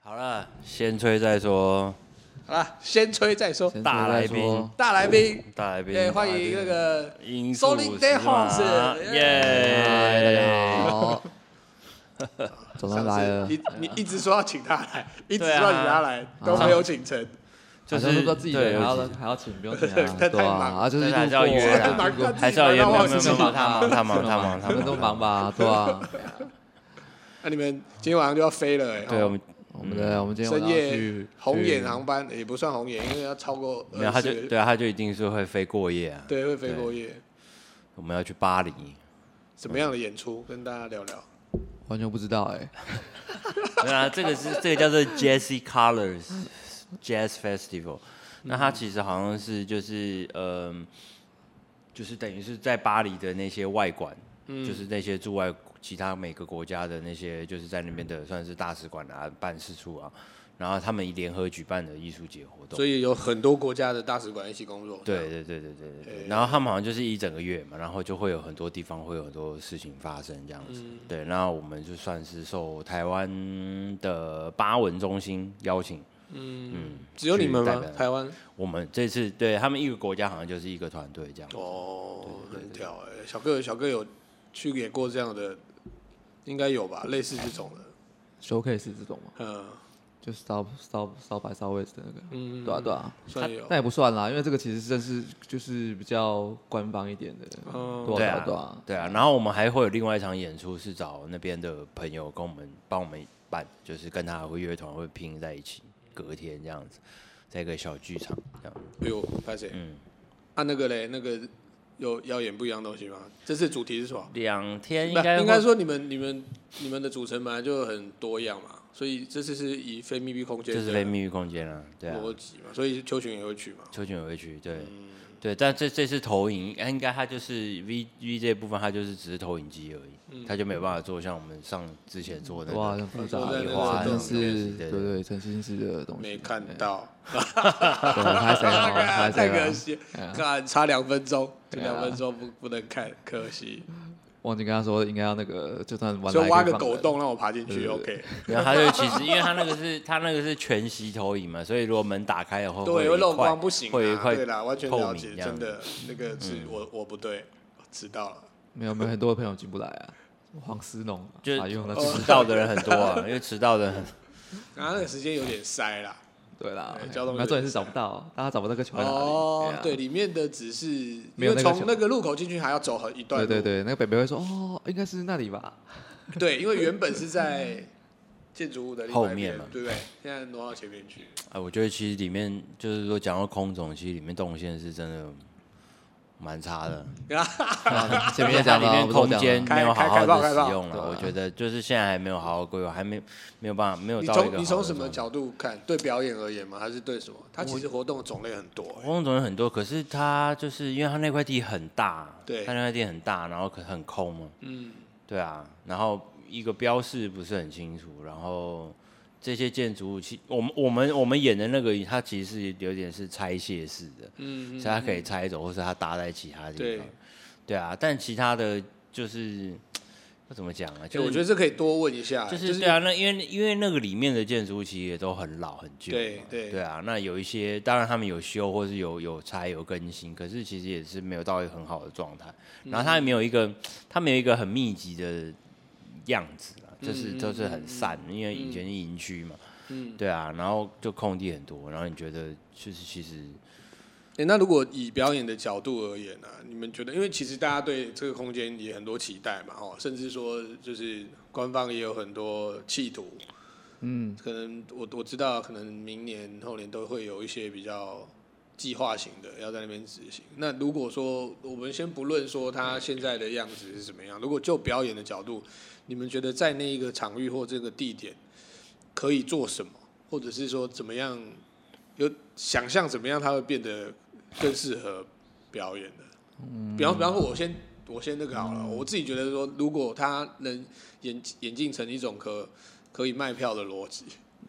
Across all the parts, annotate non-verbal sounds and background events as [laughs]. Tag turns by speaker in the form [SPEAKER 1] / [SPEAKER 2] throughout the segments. [SPEAKER 1] 好了，先吹再说。
[SPEAKER 2] 好啦，先吹再说。
[SPEAKER 1] 大来宾
[SPEAKER 2] 大来宾，
[SPEAKER 1] 大来宾，
[SPEAKER 2] 对，欢迎那个
[SPEAKER 1] 音速
[SPEAKER 2] Solid
[SPEAKER 1] 是
[SPEAKER 2] Day
[SPEAKER 1] 吗
[SPEAKER 2] Homes，
[SPEAKER 1] 耶！
[SPEAKER 3] 嗨，大
[SPEAKER 1] 哎
[SPEAKER 3] 家
[SPEAKER 1] [laughs]
[SPEAKER 3] 好，总算来了，
[SPEAKER 2] 你你一直说要请他来，一直
[SPEAKER 1] 对
[SPEAKER 2] 说
[SPEAKER 1] 啊
[SPEAKER 2] 要请他来，都没有请成。
[SPEAKER 1] 就
[SPEAKER 3] 就是是说自己
[SPEAKER 1] 对
[SPEAKER 3] 人还
[SPEAKER 1] 有
[SPEAKER 3] 要
[SPEAKER 1] 几
[SPEAKER 3] 还
[SPEAKER 1] [laughs]
[SPEAKER 3] 要请，不用请啊，
[SPEAKER 2] 太
[SPEAKER 3] 对啊，
[SPEAKER 2] 忙
[SPEAKER 3] 啊，就是
[SPEAKER 1] 对还是
[SPEAKER 3] 路
[SPEAKER 1] 要
[SPEAKER 3] 过
[SPEAKER 1] 约啊
[SPEAKER 3] 路过
[SPEAKER 1] 还是要有
[SPEAKER 2] [laughs]
[SPEAKER 1] 没有
[SPEAKER 2] 忙到忘
[SPEAKER 1] 没
[SPEAKER 2] 记
[SPEAKER 1] 有忙他忙他忙他忙他
[SPEAKER 3] 你们啊都
[SPEAKER 1] 忙。
[SPEAKER 3] 忙吧，对啊
[SPEAKER 1] [laughs]
[SPEAKER 3] 吧？
[SPEAKER 2] 那你们今天晚上就要飞了哎，
[SPEAKER 1] 对，我
[SPEAKER 2] 哦
[SPEAKER 1] 们
[SPEAKER 3] 我们的我们今天晚
[SPEAKER 2] 深
[SPEAKER 3] 上要去
[SPEAKER 2] 夜红眼
[SPEAKER 3] 去
[SPEAKER 2] 航班也不算红眼，因为要超过
[SPEAKER 1] 没有
[SPEAKER 2] 二
[SPEAKER 1] 他
[SPEAKER 2] 十
[SPEAKER 1] 就对啊，他就一定是会飞过夜啊。
[SPEAKER 2] 对，会飞过夜。
[SPEAKER 1] 我们要去巴黎，
[SPEAKER 2] 什么样的演出跟大家聊聊？
[SPEAKER 3] 完全不知道哎，
[SPEAKER 1] [laughs] 对啊，这个是这个叫做 Jazzy Colors Jazz Festival。那它其实好像是就是嗯、就是等于是在巴黎的那些外馆，就是那些驻外其他每个国家的那些就是在那边的算是大使馆啊、办事处啊，然后他们联合举办的艺术节活动。
[SPEAKER 2] 所以有很多国家的大使馆一起工作。
[SPEAKER 1] 对对对对对对对，然后他们好像就是一整个月嘛，然后就会有很多地方会有很多事情发生这样子。对，然后我们就算是受台湾的巴文中心邀请，
[SPEAKER 2] 只有你们
[SPEAKER 1] 去代
[SPEAKER 2] 吗
[SPEAKER 1] 表？
[SPEAKER 2] 台湾？
[SPEAKER 1] 我们这次对他们一个国家好像就是一个团队这样。
[SPEAKER 2] 哦，很屌哎！小哥，小哥有去演过这样的，应该有吧？类似这种的，
[SPEAKER 3] showcase 这种嘛，
[SPEAKER 2] 嗯，
[SPEAKER 3] 就是 stop stop stop by sideways 的那个，
[SPEAKER 2] 嗯
[SPEAKER 3] 对啊对啊，
[SPEAKER 2] 算有
[SPEAKER 3] 那。也不算啦，因为这个其实真是就是比较官方一点的，
[SPEAKER 2] 哦
[SPEAKER 3] 对啊对啊
[SPEAKER 1] 啊，，对啊。然后我们还会有另外一场演出，是找那边的朋友跟我们帮我们办，就是跟他会乐团会拼在一起，隔天这样子，在一个小剧场这样。
[SPEAKER 2] 哎呦，拍谁？
[SPEAKER 1] 嗯，
[SPEAKER 2] 啊，那个嘞，那个有要演不一样的东西吗？这次主题是什么？
[SPEAKER 1] 两天应
[SPEAKER 2] 不
[SPEAKER 1] 该
[SPEAKER 2] 应该
[SPEAKER 1] 会
[SPEAKER 2] 说你们、你们、你们的组成本来就很多样嘛，所以这次是以非密闭空间
[SPEAKER 1] 就是
[SPEAKER 2] 的
[SPEAKER 1] 非密闭空间啊，对啊。
[SPEAKER 2] 逻辑嘛，所以秋群也会去嘛。
[SPEAKER 1] 秋瑾也会去，对。
[SPEAKER 2] 嗯
[SPEAKER 1] 对，但这这次投影，哎应该它就是 V V 这部分，它就是只是投影机而
[SPEAKER 2] 嗯
[SPEAKER 1] 已，它就没有办法做像我们上之前做的、那个
[SPEAKER 3] 哇，很复杂
[SPEAKER 2] 对，对
[SPEAKER 3] 哇，
[SPEAKER 2] 对
[SPEAKER 3] 真
[SPEAKER 1] 啊对啊
[SPEAKER 3] 是
[SPEAKER 1] 对
[SPEAKER 3] 对对，沉浸式的东西，
[SPEAKER 2] 没看到，
[SPEAKER 3] [laughs] 对，
[SPEAKER 2] [laughs]
[SPEAKER 3] 拍谁啊？
[SPEAKER 1] 嗯
[SPEAKER 3] 拍
[SPEAKER 2] 太可
[SPEAKER 3] 谁啊？
[SPEAKER 2] 惜，看差两分钟，就
[SPEAKER 1] 啊
[SPEAKER 2] 两分钟不不能看，可惜。
[SPEAKER 3] 忘记跟他说，应该要那个，就算玩
[SPEAKER 2] 就
[SPEAKER 3] 来
[SPEAKER 2] 挖
[SPEAKER 3] 可以
[SPEAKER 2] 个
[SPEAKER 3] 放
[SPEAKER 2] 狗
[SPEAKER 3] 的，
[SPEAKER 2] 洞让我爬进去，OK。
[SPEAKER 1] 呃然后他就其实，因为他那个是他那个是全息投影嘛，所以如果门打开的话，
[SPEAKER 2] 对，
[SPEAKER 1] 会
[SPEAKER 2] 会漏光不行
[SPEAKER 1] 会有一
[SPEAKER 2] 啊，
[SPEAKER 1] 块
[SPEAKER 2] 对啦，完全
[SPEAKER 1] 透
[SPEAKER 2] 了
[SPEAKER 1] 明
[SPEAKER 2] 解，
[SPEAKER 1] 这样嗯
[SPEAKER 2] 真的，那个是我我不对，我知道了。
[SPEAKER 3] 没有没有，很多朋友进不来啊。黄思农啊，
[SPEAKER 1] 就是
[SPEAKER 3] 用的
[SPEAKER 2] 哦
[SPEAKER 1] 迟到的人很多
[SPEAKER 2] [laughs]
[SPEAKER 1] 啊，因为迟到的人很
[SPEAKER 2] 然后那个时间有点塞啦。
[SPEAKER 3] 对啦
[SPEAKER 2] 对，哎交通
[SPEAKER 3] 那
[SPEAKER 2] 有
[SPEAKER 3] 重点
[SPEAKER 2] 点
[SPEAKER 3] 是找不到，大家找不到那个球在哪里。
[SPEAKER 2] 哦，
[SPEAKER 3] 啊
[SPEAKER 2] 对，，里面的只是因
[SPEAKER 3] 没有
[SPEAKER 2] 为
[SPEAKER 3] 那个
[SPEAKER 2] 从
[SPEAKER 3] 球
[SPEAKER 2] 那个路口进去还要走很一段
[SPEAKER 3] 对
[SPEAKER 2] 路，
[SPEAKER 3] 对对，那个北北会说，哦，应该是那里
[SPEAKER 2] [laughs]
[SPEAKER 3] 吧？
[SPEAKER 2] 对，因为原本是在建筑物的另外一
[SPEAKER 1] 后面嘛
[SPEAKER 2] 对不对？现在挪到前面去，
[SPEAKER 1] 哎，我觉得其实里面就是说讲到空总，其实里面动线是真的蛮差的，
[SPEAKER 3] 啊前
[SPEAKER 1] 因
[SPEAKER 3] 面也
[SPEAKER 1] 为它
[SPEAKER 3] 讲
[SPEAKER 1] 里
[SPEAKER 3] 了，
[SPEAKER 1] 面
[SPEAKER 3] 我不是我
[SPEAKER 1] 空
[SPEAKER 3] 讲
[SPEAKER 1] 间
[SPEAKER 3] 了
[SPEAKER 1] 没有好好
[SPEAKER 2] 开开爆
[SPEAKER 1] 的
[SPEAKER 2] 开
[SPEAKER 1] 使
[SPEAKER 2] 爆
[SPEAKER 1] 用了，我觉得就是现在还没有好好规划，还没没有办法，没有
[SPEAKER 2] 你
[SPEAKER 1] 到一个
[SPEAKER 2] 从
[SPEAKER 1] 好
[SPEAKER 2] 你从
[SPEAKER 1] 的
[SPEAKER 2] 什么
[SPEAKER 1] 状态
[SPEAKER 2] 角度看？对表演而言吗？还是对什么？它其实活动种类很多、欸
[SPEAKER 1] 空总有很多，可是它就是因为它那块地很大，
[SPEAKER 2] 对
[SPEAKER 1] 它那块地很大，然后可很空嘛，嗯，对啊，然后一个标示不是很清楚，然后这些建筑物其我们我们我们演的那个它其实是有点是拆卸式的，
[SPEAKER 2] 嗯，
[SPEAKER 1] 所以它可以拆走，或是它搭在其他地方，
[SPEAKER 2] 对
[SPEAKER 1] 对啊，但其他的就是要怎么讲啊？
[SPEAKER 2] 就
[SPEAKER 1] 就
[SPEAKER 2] 我觉得这可以多问一下、欸
[SPEAKER 1] 就是对啊，那因为因为那个里面的建筑物其实也都很老很旧嘛，
[SPEAKER 2] 对对
[SPEAKER 1] 对啊。那有一些当然他们有修或是有有拆有更新，可是其实也是没有到一个很好的状态。然后它也没有一个，它没有一个很密集的样子啊，就是都是很散，因为以前是营区嘛，
[SPEAKER 2] 嗯，
[SPEAKER 1] 对啊。然后就空地很多，然后你觉得就是其实
[SPEAKER 2] 欸那如果以表演的角度而言呢、你们觉得，因为其实大家对这个空间也很多期待嘛，哦，甚至说就是官方也有很多企图，
[SPEAKER 3] 嗯，
[SPEAKER 2] 可能我我知道，可能明年后年都会有一些比较计划型的要在那边执行。那如果说我们先不论说它现在的样子是怎么样，如果就表演的角度，你们觉得在那一个场域或这个地点可以做什么，或者是说怎么样有想象怎么样它会变得更适合表演的？比方比方说，我先我先那个好了，我自己觉得说，如果它能演演进成一种可可以卖票的逻辑，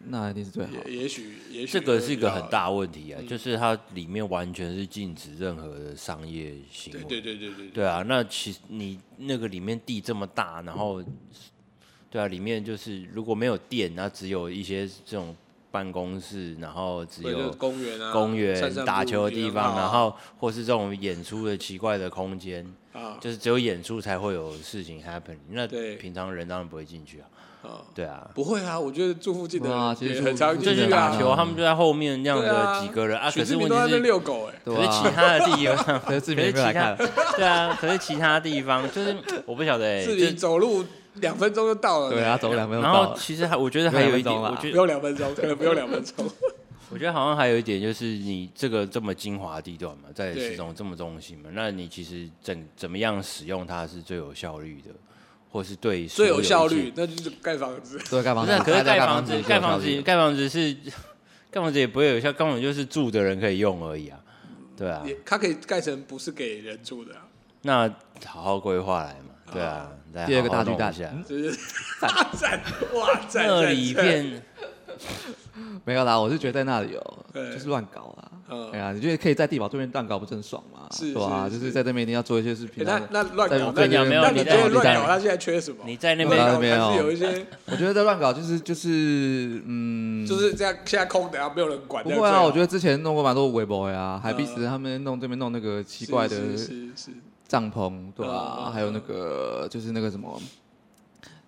[SPEAKER 3] 那一定是最好。
[SPEAKER 2] 也也许也许
[SPEAKER 1] 这个是一
[SPEAKER 2] 会比
[SPEAKER 1] 个
[SPEAKER 2] 较嗯
[SPEAKER 1] 很，大的问题啊，就是它里面完全是禁止任何的商业行为啊
[SPEAKER 2] 对。对对对对对，
[SPEAKER 1] 对啊，那其实你那个里面地这么大，然后对啊，里面就是如果没有电，那只有一些这种办公室，然后只
[SPEAKER 2] 对，就是
[SPEAKER 1] 有
[SPEAKER 2] 公园啊，
[SPEAKER 1] 公园、
[SPEAKER 2] 散散步啊
[SPEAKER 1] 打球的地
[SPEAKER 2] 也
[SPEAKER 1] 方，
[SPEAKER 2] 很
[SPEAKER 1] 然
[SPEAKER 2] 好
[SPEAKER 1] 后或是这种演出的奇怪的空间，
[SPEAKER 2] 啊
[SPEAKER 1] 就是只有演出才会有事情 happen。那
[SPEAKER 2] 对
[SPEAKER 1] 平常人当然不会进去啊。
[SPEAKER 2] 啊，
[SPEAKER 1] 对啊，
[SPEAKER 2] 不会啊，我觉得住附近的
[SPEAKER 3] 哇
[SPEAKER 2] 人
[SPEAKER 3] 其实
[SPEAKER 2] 也
[SPEAKER 3] 住
[SPEAKER 2] 很常
[SPEAKER 3] 附
[SPEAKER 1] 就
[SPEAKER 2] 进
[SPEAKER 3] 近
[SPEAKER 1] 去
[SPEAKER 2] 去
[SPEAKER 3] 的
[SPEAKER 1] 打
[SPEAKER 2] 啊，
[SPEAKER 1] 球，他们就在后面那样
[SPEAKER 2] 对
[SPEAKER 1] 的
[SPEAKER 2] 啊
[SPEAKER 1] 几个人啊。可
[SPEAKER 2] 许
[SPEAKER 1] 是
[SPEAKER 2] 志
[SPEAKER 1] 问
[SPEAKER 2] 明
[SPEAKER 1] 题
[SPEAKER 2] 都在那边
[SPEAKER 1] 是，
[SPEAKER 2] 遛狗哎，
[SPEAKER 1] 可是
[SPEAKER 3] 对
[SPEAKER 1] 其
[SPEAKER 3] 啊，
[SPEAKER 1] 他的地方，
[SPEAKER 3] [laughs] 可是志
[SPEAKER 1] 可
[SPEAKER 3] 明
[SPEAKER 1] 是
[SPEAKER 3] 没
[SPEAKER 1] 其
[SPEAKER 3] 有来
[SPEAKER 1] 他
[SPEAKER 3] 看，
[SPEAKER 1] 对啊，可是其他地方就是我不晓得欸，
[SPEAKER 2] 自
[SPEAKER 1] 就
[SPEAKER 2] 己走路两分钟就到了呢，
[SPEAKER 3] 对啊，走两分钟
[SPEAKER 1] 然
[SPEAKER 3] 到
[SPEAKER 1] 后
[SPEAKER 3] 了，
[SPEAKER 1] 其实还我觉得还有一点，
[SPEAKER 3] 不用两分钟
[SPEAKER 1] 我
[SPEAKER 3] 啦
[SPEAKER 1] 觉
[SPEAKER 2] 不
[SPEAKER 1] 得
[SPEAKER 2] 用两分钟，可能不用两分钟，
[SPEAKER 1] 我觉得好像还有一点就是你这个这么精华的地段嘛，在
[SPEAKER 2] 对
[SPEAKER 1] 市中这么中心嘛，那你其实怎怎么样使用它是最有效率的，或是对 [laughs] 所
[SPEAKER 2] 最
[SPEAKER 1] 有
[SPEAKER 2] 有
[SPEAKER 1] 一
[SPEAKER 2] 效
[SPEAKER 1] 些
[SPEAKER 2] 率，那就是盖房子。
[SPEAKER 3] 对盖
[SPEAKER 1] 不
[SPEAKER 3] 房
[SPEAKER 1] 是
[SPEAKER 3] 子
[SPEAKER 1] 啊，，可是
[SPEAKER 3] 大
[SPEAKER 1] 盖
[SPEAKER 3] 家
[SPEAKER 1] 房子
[SPEAKER 3] 也是
[SPEAKER 1] 盖
[SPEAKER 3] 有效
[SPEAKER 1] 房子
[SPEAKER 3] 率的
[SPEAKER 1] 盖房子是盖房子也不会有效，盖房子就是住的人可以用而已啊，对啊，
[SPEAKER 2] 也它可以盖成不是给人住的、啊，
[SPEAKER 1] 那好好规划来嘛，对啊，再
[SPEAKER 3] 第二个
[SPEAKER 1] 好好
[SPEAKER 3] 大巨
[SPEAKER 1] 弄
[SPEAKER 3] 蛋
[SPEAKER 1] 一下，
[SPEAKER 2] 就是 [laughs] 赞哇赞
[SPEAKER 1] 那里
[SPEAKER 2] 赞赞
[SPEAKER 1] 片
[SPEAKER 3] 没有啦，我是觉得在那里有，
[SPEAKER 2] 对
[SPEAKER 3] 就是乱搞啦。
[SPEAKER 2] 嗯
[SPEAKER 3] 哎呀，你觉得可以在地堡对面乱搞，不是很爽吗？
[SPEAKER 2] 是
[SPEAKER 3] 对啊，
[SPEAKER 2] 是
[SPEAKER 3] 就是
[SPEAKER 2] 是
[SPEAKER 3] 在这边一定要做一些啊事
[SPEAKER 2] 诶
[SPEAKER 3] 情。
[SPEAKER 2] 那那乱
[SPEAKER 3] 在
[SPEAKER 2] 搞，
[SPEAKER 3] 我
[SPEAKER 2] 那
[SPEAKER 3] 对面
[SPEAKER 2] 你
[SPEAKER 1] 没有
[SPEAKER 2] 那
[SPEAKER 1] 你
[SPEAKER 2] 你
[SPEAKER 1] 在
[SPEAKER 2] 觉得
[SPEAKER 1] 你
[SPEAKER 2] 乱
[SPEAKER 1] 在
[SPEAKER 2] 搞，他现在缺什么？
[SPEAKER 1] 你在那
[SPEAKER 2] 乱
[SPEAKER 1] 边
[SPEAKER 2] 搞
[SPEAKER 3] 没有
[SPEAKER 2] 还是有一些，
[SPEAKER 3] 我觉得在乱搞就是就是嗯，
[SPEAKER 2] 就是这样，现在空的，然后没有人管。
[SPEAKER 3] 不会啊，我觉
[SPEAKER 2] 得
[SPEAKER 3] 得之前弄过蛮多微博
[SPEAKER 2] 嗯
[SPEAKER 3] 啊，海碧池他们弄这边弄那个奇怪的
[SPEAKER 2] 是是是
[SPEAKER 3] 帐篷，对吧、
[SPEAKER 2] 嗯
[SPEAKER 3] 还有那个就是那个什么，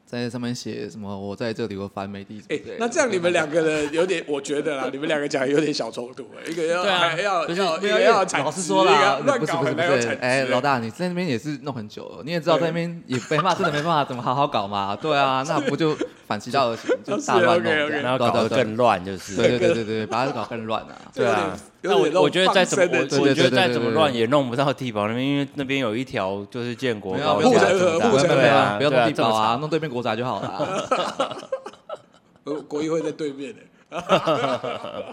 [SPEAKER 3] 在上面写什么我在这里我反美帝什么
[SPEAKER 2] 哎
[SPEAKER 3] 之类的。，
[SPEAKER 2] 那这样你们两个人有点，我觉得啦，你们两个讲有点小冲突，诶一个要
[SPEAKER 1] 对啊
[SPEAKER 2] 还要
[SPEAKER 1] 不是
[SPEAKER 2] 要一
[SPEAKER 3] 没
[SPEAKER 2] 个
[SPEAKER 3] 有
[SPEAKER 2] 要
[SPEAKER 3] 老
[SPEAKER 2] 产
[SPEAKER 3] 实
[SPEAKER 2] 值，
[SPEAKER 3] 说
[SPEAKER 2] 一个
[SPEAKER 3] 啦
[SPEAKER 2] 要，乱
[SPEAKER 3] 不是
[SPEAKER 2] 搞
[SPEAKER 3] 不是
[SPEAKER 2] 很
[SPEAKER 3] 不
[SPEAKER 2] 难有
[SPEAKER 3] 是
[SPEAKER 2] 产，值。
[SPEAKER 3] 哎，老大，你在那边也是弄很久了，你也知道在那边也没办法，真的没办法，怎么好好搞嘛？对啊，那不就反其道而行，就大乱弄这
[SPEAKER 2] [laughs] OK，OK
[SPEAKER 3] 样，
[SPEAKER 1] 然后搞得
[SPEAKER 3] 对对
[SPEAKER 1] 更乱，就是
[SPEAKER 3] 对对对对对，把它搞更乱啊！
[SPEAKER 2] 这有点
[SPEAKER 1] 对啊
[SPEAKER 2] 有
[SPEAKER 1] 但我
[SPEAKER 2] 点
[SPEAKER 1] 我觉得再怎么我
[SPEAKER 2] 放生的
[SPEAKER 1] 我觉得
[SPEAKER 3] 对对对
[SPEAKER 1] 再
[SPEAKER 3] 对
[SPEAKER 1] 怎么
[SPEAKER 3] 对
[SPEAKER 1] 乱
[SPEAKER 3] 对
[SPEAKER 1] 也弄不到地堡那边，因为那边有一条就是建国
[SPEAKER 3] 没有啊
[SPEAKER 1] 高啊
[SPEAKER 3] 没有
[SPEAKER 1] 架
[SPEAKER 2] 护城河
[SPEAKER 1] 这么大
[SPEAKER 2] 护城河
[SPEAKER 1] 对啊，
[SPEAKER 3] 不要
[SPEAKER 1] 对啊
[SPEAKER 3] 弄地
[SPEAKER 1] 这么
[SPEAKER 3] 堡啊，
[SPEAKER 1] 长
[SPEAKER 3] 弄对面国宅就好了，啊
[SPEAKER 2] 呃国议会在对面的，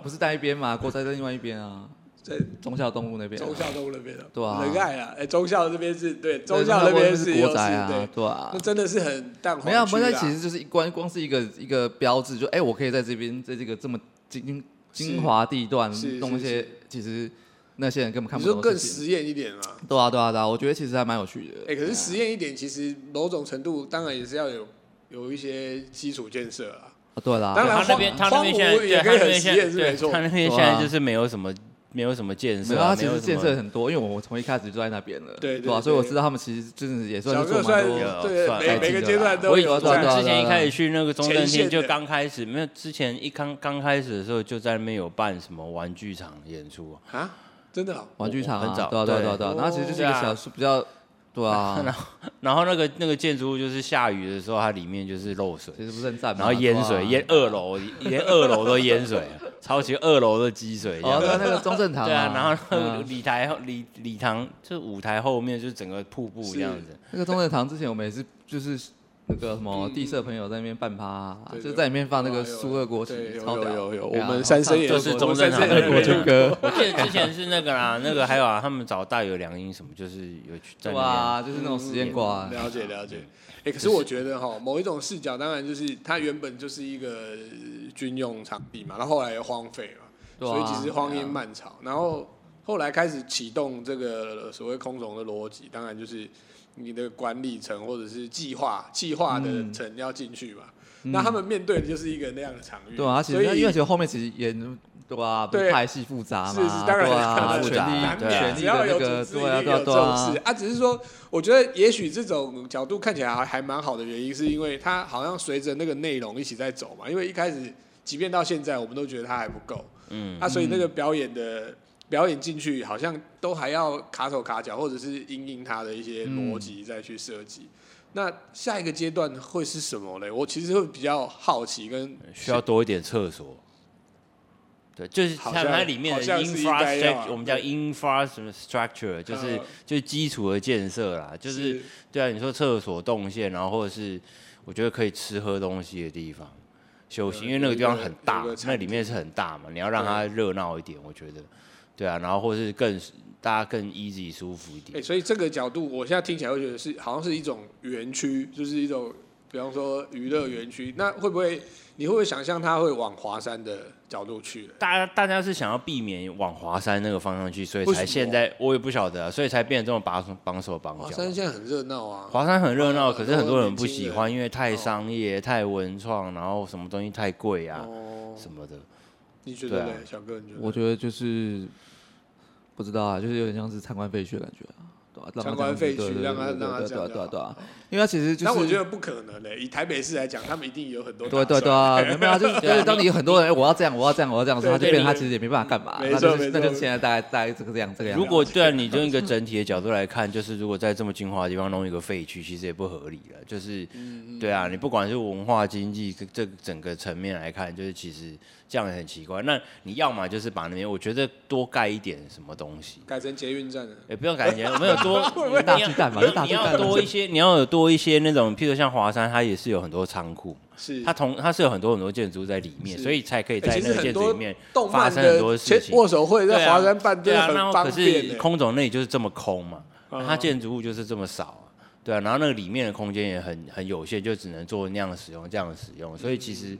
[SPEAKER 3] 不是在一边嘛，国宅在另外一边啊，
[SPEAKER 2] 在
[SPEAKER 3] 忠孝东路那边啊。
[SPEAKER 2] 中校东路那边的，
[SPEAKER 3] 对啊
[SPEAKER 2] 仁爱啊，哎，中校这边是对，中校那边是
[SPEAKER 3] 对那
[SPEAKER 2] 又
[SPEAKER 3] 国
[SPEAKER 2] 是
[SPEAKER 3] 宅啊
[SPEAKER 2] 对，，
[SPEAKER 3] 对啊
[SPEAKER 2] 那，真的是很淡黄区
[SPEAKER 3] 没
[SPEAKER 2] 啦。
[SPEAKER 3] 有，没有，其实就是一光光是一个一个标志，就哎，我可以在这边，在这个这么精精华地段
[SPEAKER 2] 是是
[SPEAKER 3] 弄一些
[SPEAKER 2] 是，
[SPEAKER 3] 其实那些人根本看
[SPEAKER 2] 你
[SPEAKER 3] 不
[SPEAKER 2] 说
[SPEAKER 3] 懂
[SPEAKER 2] 更
[SPEAKER 3] 的事情。
[SPEAKER 2] 实验一点嘛。
[SPEAKER 3] 对啊，对啊，对啊，我觉得其实还蛮有趣的。
[SPEAKER 2] 哎、可是实验一点，其实某种程度当然也是要有有一些基础建设啊。
[SPEAKER 3] 啊对啦，
[SPEAKER 2] 当然
[SPEAKER 1] 他那边
[SPEAKER 2] 荒
[SPEAKER 1] 他那边现在
[SPEAKER 2] 荒芜也
[SPEAKER 1] 对他
[SPEAKER 2] 可以
[SPEAKER 1] 那
[SPEAKER 2] 很
[SPEAKER 1] 边现
[SPEAKER 2] 实
[SPEAKER 1] 在
[SPEAKER 2] 验是没错
[SPEAKER 1] 对他那边现
[SPEAKER 3] 对啊
[SPEAKER 1] 在就是没有什么没有什么建
[SPEAKER 3] 没
[SPEAKER 1] 设
[SPEAKER 3] 有，他
[SPEAKER 1] 啊，
[SPEAKER 3] 其
[SPEAKER 1] 有
[SPEAKER 3] 实
[SPEAKER 1] 什
[SPEAKER 3] 建设
[SPEAKER 1] 么
[SPEAKER 3] 很多，因为我从一开始就在那边了，
[SPEAKER 2] 对对
[SPEAKER 3] 吧？
[SPEAKER 2] 对
[SPEAKER 3] 所以我知道他们其实真的也算
[SPEAKER 2] 小
[SPEAKER 3] 是做
[SPEAKER 2] 哥
[SPEAKER 3] 蛮
[SPEAKER 2] 算
[SPEAKER 3] 多
[SPEAKER 1] 有
[SPEAKER 2] 对
[SPEAKER 1] 算
[SPEAKER 2] 每
[SPEAKER 3] 了
[SPEAKER 2] 每个阶段都
[SPEAKER 1] 我以
[SPEAKER 2] 有
[SPEAKER 1] 我
[SPEAKER 3] 对啊对啊
[SPEAKER 1] 之
[SPEAKER 2] 在。
[SPEAKER 1] 前一开始去那个中正
[SPEAKER 2] 前线
[SPEAKER 1] 厅
[SPEAKER 2] 的
[SPEAKER 1] 就刚开始，没有之前一刚刚开始的时候就在那边有办什么玩具场演出啊，
[SPEAKER 2] 啊，真的、哦，
[SPEAKER 3] 玩具场
[SPEAKER 1] 很
[SPEAKER 3] 啊
[SPEAKER 1] 早，
[SPEAKER 3] 对啊，对啊，
[SPEAKER 1] 对
[SPEAKER 3] 对啊对啊
[SPEAKER 2] 哦，
[SPEAKER 3] 然后其实就是一个小是比较，对
[SPEAKER 2] [laughs]
[SPEAKER 3] 啊，
[SPEAKER 1] 然后那个那个建筑物就是下雨的时候它里面就是漏水，
[SPEAKER 3] 其实不是很赞嘛，
[SPEAKER 1] 然后淹
[SPEAKER 3] 对啊
[SPEAKER 1] 水淹。二楼连二楼都淹水啊，超级二楼都积水这
[SPEAKER 3] 哦，
[SPEAKER 1] 样子。
[SPEAKER 3] 对啊，那个
[SPEAKER 2] [laughs]
[SPEAKER 3] 中正堂，
[SPEAKER 1] 对啊，然后那个
[SPEAKER 3] 嗯
[SPEAKER 1] [laughs] 礼台后礼礼堂就是舞台后面就是整个瀑布这样子，
[SPEAKER 3] 那个中正堂之前我们也是就是那个什么地社朋友在那边办趴啊，
[SPEAKER 2] 对
[SPEAKER 3] 就
[SPEAKER 2] 对
[SPEAKER 3] 在里面放那个
[SPEAKER 2] 哦有有有
[SPEAKER 3] 苏俄国旗
[SPEAKER 2] 对，有
[SPEAKER 3] 超屌
[SPEAKER 2] 有有有，
[SPEAKER 3] 对
[SPEAKER 2] 我
[SPEAKER 3] 啊
[SPEAKER 2] 们三生也
[SPEAKER 1] 就
[SPEAKER 2] 有
[SPEAKER 1] 是
[SPEAKER 2] 过
[SPEAKER 1] 中
[SPEAKER 2] 我们
[SPEAKER 1] 正
[SPEAKER 2] 三
[SPEAKER 1] 堂
[SPEAKER 2] 生也
[SPEAKER 1] 俄
[SPEAKER 2] 有
[SPEAKER 1] 国
[SPEAKER 2] 过
[SPEAKER 1] 军
[SPEAKER 2] 这个
[SPEAKER 3] 歌，
[SPEAKER 1] 我记得之前是那个啦，那个还有啊，他们找大有良音什么，就是有去
[SPEAKER 2] 啊
[SPEAKER 1] 在那
[SPEAKER 3] 哇，啊就是那种实验挂啊，
[SPEAKER 2] 了解了解。哎、可是我觉得哈，某一种视角，当然就是它原本就是一个军用场地嘛，然后后来又荒废嘛，
[SPEAKER 3] 对啊
[SPEAKER 2] 所以其实荒烟漫草。然后后来开始启动这个所谓空总的逻辑，当然就是你的管理层或者是计划计划的层要进去嘛。那他们面对的就是一个那样的场域，
[SPEAKER 3] 对啊，它其
[SPEAKER 2] 所
[SPEAKER 3] 实因为
[SPEAKER 2] 以
[SPEAKER 3] 其实后面其实也对吧，不
[SPEAKER 2] 对
[SPEAKER 3] 是派系复杂嘛，
[SPEAKER 2] 是是当然
[SPEAKER 3] 对
[SPEAKER 2] 当
[SPEAKER 3] 啊，
[SPEAKER 2] 然
[SPEAKER 3] 权
[SPEAKER 1] 难
[SPEAKER 3] 力
[SPEAKER 1] 免
[SPEAKER 3] 权
[SPEAKER 2] 只
[SPEAKER 3] 力
[SPEAKER 2] 要
[SPEAKER 3] 的
[SPEAKER 2] 有
[SPEAKER 3] 那
[SPEAKER 2] 组
[SPEAKER 3] 个
[SPEAKER 2] 织一
[SPEAKER 3] 对啊
[SPEAKER 2] 定
[SPEAKER 3] 对啊
[SPEAKER 2] 有
[SPEAKER 3] 对
[SPEAKER 2] 重
[SPEAKER 3] 啊
[SPEAKER 2] 视，啊，只是说，我觉得也许这种角度看起来还还蛮好的原因，是因为它好像随着那个内容一起在走嘛。因为一开始，即便到现在，我们都觉得它还不够，嗯，啊，所以那个表演的表演进去，好像都还要卡手卡脚，或者是因应它的一些
[SPEAKER 3] 嗯
[SPEAKER 2] 逻辑再去设计。那下一个阶段会是什么嘞？我其实会比较好奇跟
[SPEAKER 1] 边，需要多一点厕所。对，就是
[SPEAKER 2] 好
[SPEAKER 1] 它
[SPEAKER 2] 像
[SPEAKER 1] 它里面的
[SPEAKER 2] 好像是应该要啊
[SPEAKER 1] infrastructure，我们叫 infrastructure，就是
[SPEAKER 2] 嗯
[SPEAKER 1] 就是基础的建设啦，就是对啊，你说厕所动线，然后或者是我觉得可以吃喝东西的地方休息，
[SPEAKER 2] 有
[SPEAKER 1] 因为那个地方很大
[SPEAKER 2] 有一个，餐
[SPEAKER 1] 那
[SPEAKER 2] 厅
[SPEAKER 1] 里面是很大嘛，你要让它热闹一点，我觉得，对啊，然后或是更大家更 easy 舒服一
[SPEAKER 2] 哎、
[SPEAKER 1] 点，
[SPEAKER 2] 所以这个角度，我现在听起来会觉得是好像是一种园区，就是一种比方说娱乐园区，那会不会你会不会想象它会往华山的角度去了？
[SPEAKER 1] 大家大家是想要避免往华山那个方向去，所以
[SPEAKER 2] 为什
[SPEAKER 1] 才
[SPEAKER 2] 么
[SPEAKER 1] 现在我也不晓得啊、所以才变得这么绑手绑手绑
[SPEAKER 2] 华
[SPEAKER 1] 脚
[SPEAKER 2] 山。现在很热闹啊，
[SPEAKER 1] 华山很热闹，
[SPEAKER 2] 哦
[SPEAKER 1] 可是很多人哦不喜
[SPEAKER 2] 很多
[SPEAKER 1] 欢，因为太商业、太文创，然后什么东西太贵啊、
[SPEAKER 2] 哦，
[SPEAKER 1] 什么的。
[SPEAKER 2] 你觉得
[SPEAKER 1] 对
[SPEAKER 2] 嘞
[SPEAKER 1] 啊？
[SPEAKER 2] 小哥，你觉
[SPEAKER 3] 我
[SPEAKER 2] 得？
[SPEAKER 3] 觉得就是不知道啊，就是有点像是参观废墟的感觉啊，对吧、啊？
[SPEAKER 2] 参观废墟，让他让他
[SPEAKER 3] 对
[SPEAKER 2] 这
[SPEAKER 3] 啊
[SPEAKER 2] 样
[SPEAKER 3] 对啊
[SPEAKER 2] 就
[SPEAKER 3] 对
[SPEAKER 2] 好
[SPEAKER 3] 啊，因为它其实就
[SPEAKER 2] 但
[SPEAKER 3] 是
[SPEAKER 2] 我觉得不可能嘞，以台北市来讲，他们一定有很多
[SPEAKER 3] 对
[SPEAKER 2] 打
[SPEAKER 3] 对
[SPEAKER 2] 算
[SPEAKER 3] 对啊，没办法，就是就是当你有很多人，哎我要这样，我要这样，我要这样的时候，他
[SPEAKER 2] 对
[SPEAKER 3] 就变
[SPEAKER 2] 对
[SPEAKER 3] 成他
[SPEAKER 2] 对
[SPEAKER 3] 其实也没办法干嘛，
[SPEAKER 2] 没
[SPEAKER 3] 那
[SPEAKER 2] 错
[SPEAKER 3] 就
[SPEAKER 2] 没
[SPEAKER 3] 是那
[SPEAKER 2] 错
[SPEAKER 3] 就是现在大概大概这个这样这个样
[SPEAKER 1] 如
[SPEAKER 3] 子。
[SPEAKER 1] 果对啊，你就一个整体的角度来看，就是如果在这么精华的地方弄一个废墟，其实也不合理了。就是，
[SPEAKER 2] 嗯
[SPEAKER 1] 对啊，你不管是文化、经济这这整个层面来看，就是其实这样也很奇怪。那你要么就是把那边，我觉得多盖一点什么东西，
[SPEAKER 2] 改成捷运站了。
[SPEAKER 1] 也不用感觉没有
[SPEAKER 2] [laughs]
[SPEAKER 1] 多
[SPEAKER 3] 大
[SPEAKER 1] 你要
[SPEAKER 3] 巨蛋嘛
[SPEAKER 1] 你
[SPEAKER 3] 就大
[SPEAKER 1] 你
[SPEAKER 3] 巨蛋
[SPEAKER 1] 要多一些，你要有多一些那种，譬如像华山，它也是有很多仓库，
[SPEAKER 2] 是
[SPEAKER 1] 它同它是有很多很多建筑物在里面，
[SPEAKER 2] 是
[SPEAKER 1] 所以才可以
[SPEAKER 2] 欸
[SPEAKER 1] 在那
[SPEAKER 2] 其实
[SPEAKER 1] 个
[SPEAKER 2] 很
[SPEAKER 1] 建筑
[SPEAKER 2] 多
[SPEAKER 1] 里面
[SPEAKER 2] 动
[SPEAKER 1] 发
[SPEAKER 2] 漫
[SPEAKER 1] 生很
[SPEAKER 2] 的
[SPEAKER 1] 多事
[SPEAKER 2] 前
[SPEAKER 1] 情。
[SPEAKER 2] 握手会
[SPEAKER 1] 对
[SPEAKER 2] 在
[SPEAKER 1] 啊
[SPEAKER 2] 华山办，
[SPEAKER 1] 对
[SPEAKER 2] 真的
[SPEAKER 1] 啊，
[SPEAKER 2] 很
[SPEAKER 1] 然后
[SPEAKER 2] 方
[SPEAKER 1] 可
[SPEAKER 2] 便
[SPEAKER 1] 是
[SPEAKER 2] 欸。
[SPEAKER 1] 空总那里就是这么空嘛，
[SPEAKER 2] 嗯
[SPEAKER 1] 它建筑物就是这么少啊，对啊，然后那个里面的空间也很很有限，就只能做那样的使用，这样的使
[SPEAKER 2] 嗯
[SPEAKER 1] 用，所以其实，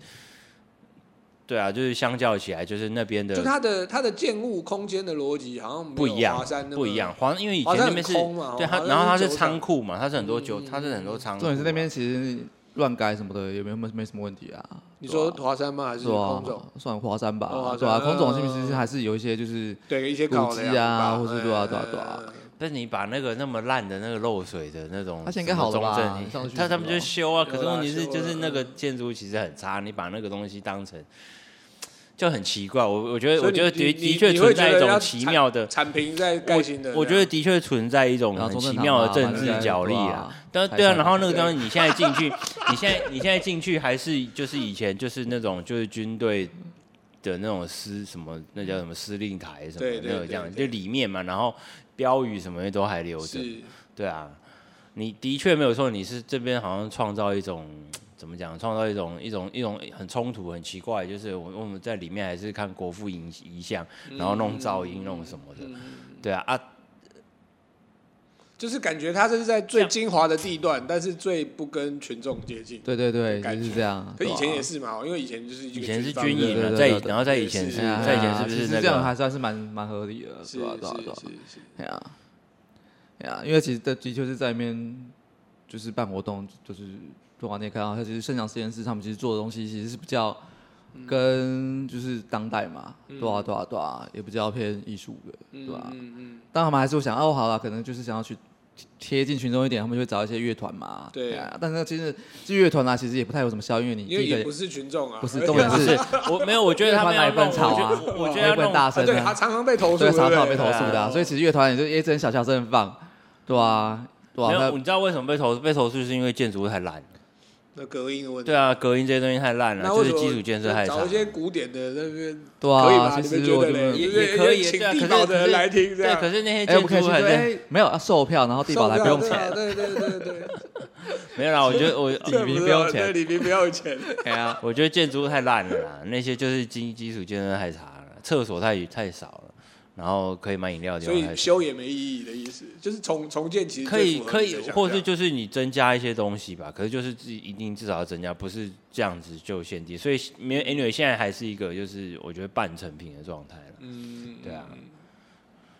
[SPEAKER 1] 对啊，就是相较起来，就是那边的
[SPEAKER 2] 就它的它的建物空间的逻辑好像没有
[SPEAKER 1] 不一样
[SPEAKER 2] 华山那，么
[SPEAKER 1] 不一样。。华因为以
[SPEAKER 2] 华
[SPEAKER 1] 前
[SPEAKER 2] 山
[SPEAKER 1] 那边是
[SPEAKER 2] 很空嘛
[SPEAKER 1] 对
[SPEAKER 2] 华
[SPEAKER 1] 它，
[SPEAKER 2] 山
[SPEAKER 1] 然后它
[SPEAKER 2] 是
[SPEAKER 1] 是
[SPEAKER 2] 酒
[SPEAKER 1] 仓
[SPEAKER 2] 厂
[SPEAKER 1] 库嘛，它是很多酒，它是很多仓库嘛。啊
[SPEAKER 3] 重点是那边其实乱改什么的也没没没什么问题啊。
[SPEAKER 2] 你
[SPEAKER 3] 对
[SPEAKER 2] 说
[SPEAKER 3] 啊
[SPEAKER 2] 华山吗？还是
[SPEAKER 3] 对啊
[SPEAKER 2] 空总？，
[SPEAKER 3] 算华山吧
[SPEAKER 2] 哦华，
[SPEAKER 3] 对啊，
[SPEAKER 2] 山
[SPEAKER 3] 空总是不是其实还是有一些就是
[SPEAKER 2] 对，一些
[SPEAKER 3] 古
[SPEAKER 2] 考
[SPEAKER 3] 迹
[SPEAKER 2] 量吧
[SPEAKER 3] 啊或是对啊对啊
[SPEAKER 2] 嗯
[SPEAKER 3] 对啊
[SPEAKER 2] 嗯嗯
[SPEAKER 1] 但是你把那个那么烂的那个漏水的那种，
[SPEAKER 3] 它现在应该好了吧上次去
[SPEAKER 1] 他他们就
[SPEAKER 3] 修
[SPEAKER 1] 修啊。可是
[SPEAKER 2] 有啦
[SPEAKER 1] 问题是，
[SPEAKER 2] 修
[SPEAKER 1] 就是
[SPEAKER 2] 了
[SPEAKER 1] 那个建筑物其实很差，你把那个东西当成就很奇怪。我我觉得，
[SPEAKER 2] 所以
[SPEAKER 1] 我
[SPEAKER 2] 你
[SPEAKER 1] 觉得的
[SPEAKER 2] 你
[SPEAKER 1] 的
[SPEAKER 2] 你
[SPEAKER 1] 确
[SPEAKER 2] 你会
[SPEAKER 1] 存
[SPEAKER 2] 觉得
[SPEAKER 1] 在一种
[SPEAKER 2] 要
[SPEAKER 1] 奇妙的，
[SPEAKER 2] 铲平在盖新的这样。
[SPEAKER 1] 我觉得的确存在一种
[SPEAKER 3] 然后
[SPEAKER 1] 很
[SPEAKER 3] 中
[SPEAKER 1] 奇
[SPEAKER 3] 正
[SPEAKER 1] 妙的
[SPEAKER 3] 堂
[SPEAKER 1] 政
[SPEAKER 3] 嘛
[SPEAKER 1] 治
[SPEAKER 3] 对啊
[SPEAKER 1] 角力
[SPEAKER 3] 对
[SPEAKER 1] 啊
[SPEAKER 3] 啊。
[SPEAKER 1] 但
[SPEAKER 3] 台
[SPEAKER 1] 对啊，
[SPEAKER 3] 上
[SPEAKER 1] 然后那个
[SPEAKER 3] 对
[SPEAKER 1] 地方你现在进去，你现在你现在进去还是就是以前就是那种就是军队。的那种司什么，那叫什么司令台什么
[SPEAKER 2] 对
[SPEAKER 1] 的
[SPEAKER 2] 对
[SPEAKER 1] 那个
[SPEAKER 2] 对
[SPEAKER 1] 这样，就
[SPEAKER 2] 对
[SPEAKER 1] 里面嘛，然后标语什么的都还留着。
[SPEAKER 2] 是
[SPEAKER 1] 对啊，你的确没有错，你是这边好像创造一种怎么讲，创造一种一种一种很冲突、很奇怪，就是我我们在里面还是看国父遗遗像，然后弄噪音、弄什么的，对啊啊，
[SPEAKER 2] 就是感觉它是在
[SPEAKER 1] 这
[SPEAKER 2] 最
[SPEAKER 1] 样
[SPEAKER 2] 精华的地段，但是最不跟群众接近。
[SPEAKER 3] 对对啊对，
[SPEAKER 2] 感
[SPEAKER 3] 就
[SPEAKER 2] 觉
[SPEAKER 3] 是这样。
[SPEAKER 2] 可以前也
[SPEAKER 3] 是，
[SPEAKER 2] 是嘛，因为以前就是一个
[SPEAKER 1] 以前是
[SPEAKER 2] 方
[SPEAKER 1] 军营啊，
[SPEAKER 3] 对对
[SPEAKER 1] 在
[SPEAKER 3] 对对
[SPEAKER 1] 然后在以
[SPEAKER 2] 也
[SPEAKER 1] 前
[SPEAKER 2] 是
[SPEAKER 1] 是，
[SPEAKER 3] 哎呀
[SPEAKER 1] 在以前是不
[SPEAKER 3] 其
[SPEAKER 1] 是
[SPEAKER 3] 实
[SPEAKER 1] 那
[SPEAKER 3] 这样
[SPEAKER 1] 个
[SPEAKER 3] 还算是蛮蛮合理的，
[SPEAKER 2] 是
[SPEAKER 3] 对啊对啊对啊
[SPEAKER 2] 是。是是，
[SPEAKER 3] 哎呀，哎呀，因为其实的的确是在里面就是办活动，就是做完那看到，它其实现场实验室他们其实做的东西其实是比较
[SPEAKER 2] 嗯
[SPEAKER 3] 跟就是当代嘛，对啊对啊对啊，也比较偏艺术的，对啊吧、
[SPEAKER 2] 嗯嗯，
[SPEAKER 3] 但他们还是会想，哦，好了，可能就是想要去贴贴近群众一点，他们就会找一些乐团嘛，
[SPEAKER 2] 对
[SPEAKER 3] 哎呀但是其实这乐团啊，其实也不太有什么效应，因为你第
[SPEAKER 2] 因为
[SPEAKER 3] 一
[SPEAKER 2] 也
[SPEAKER 3] 个
[SPEAKER 2] 不是群众啊，
[SPEAKER 3] 不是
[SPEAKER 2] 而且
[SPEAKER 3] 重点是
[SPEAKER 1] 我没有，我觉得他们要
[SPEAKER 3] 乐团哪里不
[SPEAKER 1] 弄，
[SPEAKER 3] 能吵啊
[SPEAKER 1] 我觉得我觉得
[SPEAKER 3] 也
[SPEAKER 1] 要
[SPEAKER 3] 不能
[SPEAKER 1] 弄
[SPEAKER 3] 大
[SPEAKER 2] 啊，
[SPEAKER 3] 声
[SPEAKER 2] 对，他
[SPEAKER 3] 啊，
[SPEAKER 2] 常常被投诉，
[SPEAKER 3] 对，
[SPEAKER 2] 对
[SPEAKER 3] 常
[SPEAKER 2] 不
[SPEAKER 3] 常
[SPEAKER 2] 对
[SPEAKER 3] 被投诉的、啊，所以其实乐团也就一直很小小声放，对啊，对啊，
[SPEAKER 1] 没
[SPEAKER 3] 那
[SPEAKER 1] 有，你知道为什么被投诉？被投诉是因为建筑物太烂了，
[SPEAKER 2] 那隔音的问题。
[SPEAKER 1] 对啊，隔音这些东西太烂了，
[SPEAKER 2] 那
[SPEAKER 1] 就
[SPEAKER 2] 为
[SPEAKER 1] 是
[SPEAKER 2] 什么
[SPEAKER 1] 基础建设太
[SPEAKER 2] 找
[SPEAKER 1] 差
[SPEAKER 2] 一。些古典的那边，
[SPEAKER 3] 对
[SPEAKER 2] 可以吧
[SPEAKER 3] 啊，？其
[SPEAKER 2] 你们
[SPEAKER 3] 实
[SPEAKER 2] 觉
[SPEAKER 3] 我
[SPEAKER 2] 得
[SPEAKER 3] 觉得
[SPEAKER 2] 嘞？
[SPEAKER 1] 也
[SPEAKER 2] 因为
[SPEAKER 1] 也可以
[SPEAKER 2] 因为
[SPEAKER 1] 对啊
[SPEAKER 2] 请地
[SPEAKER 1] 可是
[SPEAKER 2] 堡的
[SPEAKER 1] 可
[SPEAKER 2] 人
[SPEAKER 1] 是
[SPEAKER 2] 来听这
[SPEAKER 1] 对，
[SPEAKER 2] 样，
[SPEAKER 1] 可是那些
[SPEAKER 3] 哎、
[SPEAKER 1] 建
[SPEAKER 3] 我
[SPEAKER 1] 筑
[SPEAKER 3] 们可以
[SPEAKER 1] 物
[SPEAKER 3] 去
[SPEAKER 1] 还
[SPEAKER 3] 对，
[SPEAKER 1] 在
[SPEAKER 3] 哎、没有要售票，然后地
[SPEAKER 2] 受
[SPEAKER 3] 保
[SPEAKER 2] 不
[SPEAKER 3] 来
[SPEAKER 2] 了
[SPEAKER 3] 不用
[SPEAKER 2] 对啊
[SPEAKER 3] 钱，
[SPEAKER 2] 对对对对对，
[SPEAKER 1] 没有啦，我觉得我
[SPEAKER 2] [laughs]
[SPEAKER 3] [laughs]
[SPEAKER 2] 这
[SPEAKER 3] 明
[SPEAKER 2] 是
[SPEAKER 3] 不用
[SPEAKER 2] 啊
[SPEAKER 3] 钱
[SPEAKER 2] 对，李明不要钱，
[SPEAKER 3] 哎呀，
[SPEAKER 1] 我觉得建筑物太烂了啦，那些就是基基础建设太差了，厕所太太少了，然后可以买饮料的地
[SPEAKER 2] 所
[SPEAKER 1] 方太少。
[SPEAKER 2] 以修也没意义的意思，就是重重建其实
[SPEAKER 1] 可
[SPEAKER 2] 最
[SPEAKER 1] 以
[SPEAKER 2] 符合
[SPEAKER 1] 可
[SPEAKER 2] 你的
[SPEAKER 1] 以，
[SPEAKER 2] 想
[SPEAKER 1] 或是
[SPEAKER 2] 象
[SPEAKER 1] 就是你增加一些东西吧，可是就是自己一定至少要增加，不是这样子就限定。所以没有 anyway 现在还是一个就是我觉得半成品的状态了。
[SPEAKER 2] 嗯，
[SPEAKER 1] 对啊，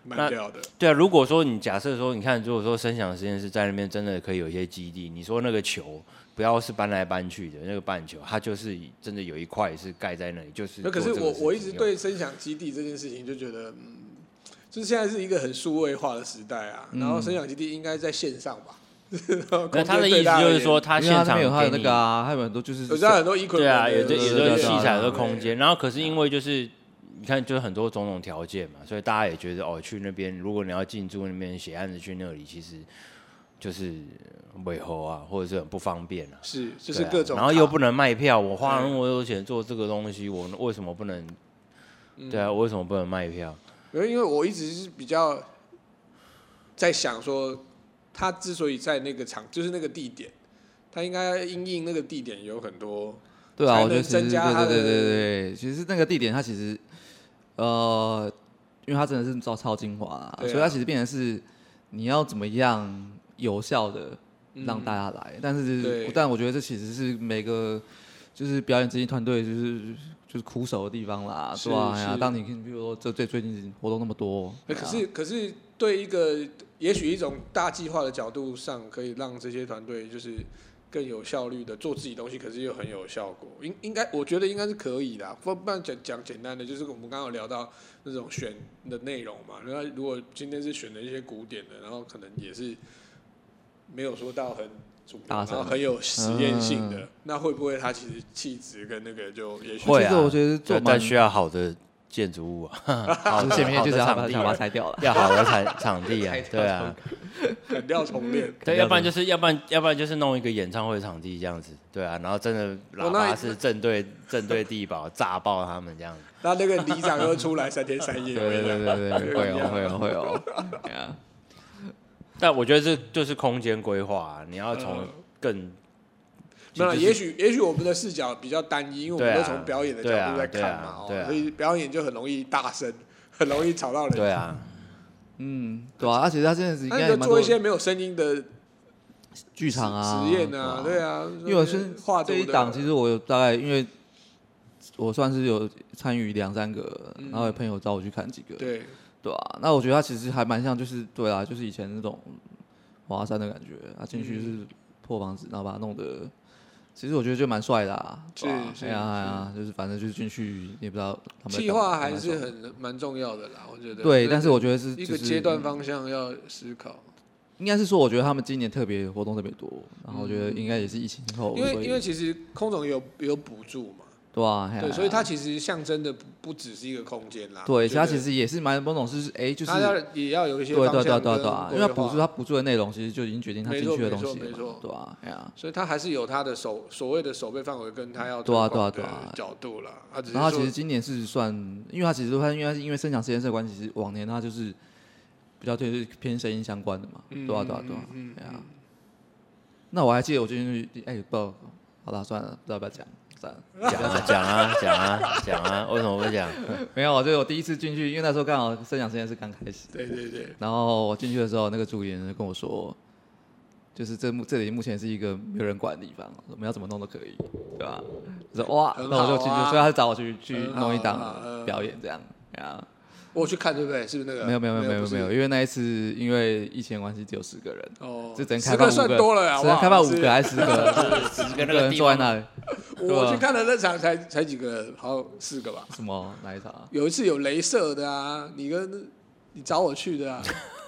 [SPEAKER 2] 蛮屌的，
[SPEAKER 1] 对啊，如果说你假设说你看，如果说声响实验室在那边真的可以有一些基地，你说那个球不要是搬来搬去的那个半球，它就是真的有一块是盖在那里，就是
[SPEAKER 2] 那
[SPEAKER 1] 做
[SPEAKER 2] 可
[SPEAKER 1] 这个事
[SPEAKER 2] 是
[SPEAKER 1] 情
[SPEAKER 2] 我
[SPEAKER 1] 用。
[SPEAKER 2] 我一直对声响基地这件事情就觉得，嗯，就是现在是一个很数位化的时代啊，然后声响基地应该在线上吧？
[SPEAKER 1] 嗯
[SPEAKER 2] [laughs]
[SPEAKER 1] 那他的意
[SPEAKER 2] 空间最大
[SPEAKER 1] 思就是
[SPEAKER 2] 点
[SPEAKER 1] 说，，他
[SPEAKER 3] 因
[SPEAKER 1] 现
[SPEAKER 3] 为他那
[SPEAKER 1] 场
[SPEAKER 3] 边有他的
[SPEAKER 1] 给
[SPEAKER 3] 那
[SPEAKER 1] 你
[SPEAKER 3] 个啊，还有很多就是
[SPEAKER 2] 我知道很多 e q u
[SPEAKER 1] 对啊，有这
[SPEAKER 3] 对
[SPEAKER 1] 有
[SPEAKER 3] 对
[SPEAKER 1] 这
[SPEAKER 3] 对
[SPEAKER 1] 器材
[SPEAKER 3] 对
[SPEAKER 1] 和空间，然后可是因为就是你看，就是很多种种条件嘛，所以大家也觉得哦，去那边如果你要进驻那边写案子去那里，其实就是尾猴啊，或者是很不方便啊。
[SPEAKER 2] 是就是
[SPEAKER 1] 对啊
[SPEAKER 2] 各种卡，
[SPEAKER 1] 然后又不能卖票，我花了
[SPEAKER 2] 嗯
[SPEAKER 1] 那么多钱做这个东西，我为什么不能？
[SPEAKER 2] 嗯
[SPEAKER 1] 对啊，我为什么不能卖票？
[SPEAKER 2] 因为因为我一直是比较在想说，他之所以在那个场，就是那个地点，他应该因应那个地点有很多
[SPEAKER 3] 对啊，
[SPEAKER 2] 才
[SPEAKER 3] 我觉得
[SPEAKER 2] 能
[SPEAKER 3] 其实
[SPEAKER 2] 增
[SPEAKER 3] 对
[SPEAKER 2] 加它
[SPEAKER 3] 对
[SPEAKER 2] 的
[SPEAKER 3] 对对对，其实那个地点它其实呃，因为它真的是超超精华、啊，
[SPEAKER 2] 对啊
[SPEAKER 3] 所以它其实变成是你要怎么样有效的让大家来。但是
[SPEAKER 2] 嗯对，
[SPEAKER 3] 但我觉得这其实是每个就是表演执行团队就是就是苦手的地方啦，
[SPEAKER 2] 是
[SPEAKER 3] 对吧、哎呀，
[SPEAKER 2] 是
[SPEAKER 3] 当你比如说这最最近活动那么多，
[SPEAKER 2] 哎可
[SPEAKER 1] 啊
[SPEAKER 2] 是可是对一个也许一种大计划的角度上，可以让这些团队就是更有效率的做自己东西，可是又很有效果。应应该我觉得应该是可以的。不不然讲讲简单的，就是我们刚刚有聊到那种选的内容嘛。然后如果今天是选了一些古典的，然后可能也是没有说到很主流，
[SPEAKER 3] 大
[SPEAKER 2] 然
[SPEAKER 3] 神
[SPEAKER 2] 后很有实验性的，那会不会它其实气质跟那个就也许
[SPEAKER 3] 其
[SPEAKER 1] 嗯会
[SPEAKER 3] 实
[SPEAKER 1] 啊
[SPEAKER 3] 我觉得做
[SPEAKER 1] 对
[SPEAKER 3] 蛮
[SPEAKER 1] 但需要好的建筑物
[SPEAKER 3] [laughs]
[SPEAKER 1] 啊，好
[SPEAKER 3] 就是前面就是要
[SPEAKER 1] 好
[SPEAKER 3] 把
[SPEAKER 1] 的
[SPEAKER 3] 它把
[SPEAKER 1] 场地，啊
[SPEAKER 3] 它拆掉了。
[SPEAKER 1] 要好的场场地
[SPEAKER 2] [laughs]
[SPEAKER 1] 啊，对啊，
[SPEAKER 2] 砍掉重练？
[SPEAKER 1] 对，要不然就是要不然要不然就是弄一个演唱会场地这样子，对啊，然后真的
[SPEAKER 2] 哦
[SPEAKER 1] 喇
[SPEAKER 2] 那
[SPEAKER 1] 叭是正对正对地堡，炸爆他们这样子。
[SPEAKER 2] 那那个里长又出来三天三夜，
[SPEAKER 3] 对对对对对，会哦会哦会哦，对啊
[SPEAKER 1] 但我觉得这就是空间规划啊，你要从
[SPEAKER 2] 嗯
[SPEAKER 1] 更
[SPEAKER 2] 没有啦，
[SPEAKER 1] 就是
[SPEAKER 2] 也许也许我们的视角比较单一，因为我们
[SPEAKER 1] 对啊
[SPEAKER 2] 都从表演的角度在看嘛，
[SPEAKER 1] 对啊对啊，
[SPEAKER 2] 哦所以表演就很容易大声， [laughs] 很容易吵到人。
[SPEAKER 1] 对啊，
[SPEAKER 3] 嗯，对啊，而且他现在是应
[SPEAKER 2] 那
[SPEAKER 3] 该
[SPEAKER 2] 你
[SPEAKER 3] 也
[SPEAKER 2] 就
[SPEAKER 3] 蛮
[SPEAKER 2] 做
[SPEAKER 3] 多
[SPEAKER 2] 一些没有声音的
[SPEAKER 3] 剧场啊、
[SPEAKER 2] 实验啊，对啊，
[SPEAKER 3] 因为我是
[SPEAKER 2] 画
[SPEAKER 3] 这
[SPEAKER 2] 图
[SPEAKER 3] 一
[SPEAKER 2] 的
[SPEAKER 3] 档，其实我有大概因为我算是有参与两三个，
[SPEAKER 2] 嗯
[SPEAKER 3] 然后有朋友找我去看几个，
[SPEAKER 2] 对，
[SPEAKER 3] 对啊，那我觉得他其实还蛮像，就是对啊，就是以前那种华山的感觉，他进去
[SPEAKER 2] 嗯
[SPEAKER 3] 是破房子，然后把它弄得。其实我觉得就蛮帅的啊，
[SPEAKER 2] 是
[SPEAKER 3] 对啊
[SPEAKER 2] 是
[SPEAKER 3] 哎呀哎呀，就是反正就是进去也不知道他们在干嘛
[SPEAKER 2] 计划还是
[SPEAKER 3] 蛮爽
[SPEAKER 2] 很蛮重要的啦，我觉得。那
[SPEAKER 3] 对，
[SPEAKER 2] 个
[SPEAKER 3] 但是我觉得是
[SPEAKER 2] 一
[SPEAKER 3] 就
[SPEAKER 2] 个
[SPEAKER 3] 是
[SPEAKER 2] 阶段方向要思考，
[SPEAKER 3] 应该是说，我觉得他们今年特别活动特别多，然后我觉得应该也是疫情后，
[SPEAKER 2] 嗯因
[SPEAKER 3] 哦所
[SPEAKER 2] 为
[SPEAKER 3] 以
[SPEAKER 2] 因为其实空总有有补助嘛，
[SPEAKER 3] 对啊，嘿
[SPEAKER 2] 对，
[SPEAKER 3] 啊
[SPEAKER 2] 所以它其实象征的不不只是一个空间啦，
[SPEAKER 3] 对，其实它
[SPEAKER 2] 它
[SPEAKER 3] 其实也是蛮某种是哎，就是
[SPEAKER 2] 它要也要有一些
[SPEAKER 3] 对
[SPEAKER 2] 方
[SPEAKER 3] 对对对
[SPEAKER 2] 向
[SPEAKER 3] 对对啊，
[SPEAKER 2] 跟
[SPEAKER 3] 因为它
[SPEAKER 2] 规
[SPEAKER 3] 补
[SPEAKER 2] 划
[SPEAKER 3] 助它补助的内容其实就已经决定它
[SPEAKER 2] 没
[SPEAKER 3] 进
[SPEAKER 2] 错
[SPEAKER 3] 去的
[SPEAKER 2] 没
[SPEAKER 3] 东
[SPEAKER 2] 错
[SPEAKER 3] 西了
[SPEAKER 2] 没
[SPEAKER 3] 嘛
[SPEAKER 2] 错，
[SPEAKER 3] 对啊，哎呀，
[SPEAKER 2] 所以他还是有他的手所谓的守备范围跟他要
[SPEAKER 3] 对啊
[SPEAKER 2] 推广
[SPEAKER 3] 对啊对啊
[SPEAKER 2] 的角度啦。他只是
[SPEAKER 3] 然后它
[SPEAKER 2] 说
[SPEAKER 3] 其实今年是算，因为它其实它因为它是因为声响实验室的关系，其实往年它就是比较对就是偏声音相关的嘛，
[SPEAKER 2] 嗯
[SPEAKER 3] 对啊对啊对啊
[SPEAKER 2] 嗯嗯，
[SPEAKER 3] 哎呀，那我还记得我最近去哎不好，好啦算了，不知道要不要讲，算了。 [laughs]
[SPEAKER 1] 讲啊讲啊讲啊讲啊，为什么不讲？
[SPEAKER 3] 没有，就是我第一次进去，因为那时候刚好声响实验室刚开始，
[SPEAKER 2] 对对对，
[SPEAKER 3] 然后我进去的时候，那个主理人就跟我说，就是这目这里目前是一个没有人管的地方，我们要怎么弄都可以，对吧？我说哇，
[SPEAKER 2] 很
[SPEAKER 3] 那我就进去，
[SPEAKER 2] 好啊
[SPEAKER 3] 所以他就找我去去
[SPEAKER 2] 很好
[SPEAKER 3] 弄一档
[SPEAKER 2] 很好嗯
[SPEAKER 3] 表演这样。啊，
[SPEAKER 2] 我有去看对不对？是不是那个？
[SPEAKER 3] 没有没有没有没有没有，
[SPEAKER 2] 有
[SPEAKER 3] 因为那一次因为疫情的关系只有十个人，
[SPEAKER 2] 哦，
[SPEAKER 3] 就只能
[SPEAKER 2] 十
[SPEAKER 3] 开
[SPEAKER 2] 个
[SPEAKER 3] 放五
[SPEAKER 2] 算多了，好
[SPEAKER 3] 只
[SPEAKER 2] 不
[SPEAKER 3] 能
[SPEAKER 2] 好？
[SPEAKER 3] 开放五
[SPEAKER 2] 是
[SPEAKER 3] 个还是十
[SPEAKER 2] [laughs]
[SPEAKER 3] 个，
[SPEAKER 1] 十
[SPEAKER 3] 五个人坐在那里，
[SPEAKER 2] 我去看的那场才才几个，好像四个吧。
[SPEAKER 3] 什么哪一场啊？
[SPEAKER 2] 有一次有镭射的啊，你跟你找我去
[SPEAKER 3] [laughs]
[SPEAKER 2] 的啊，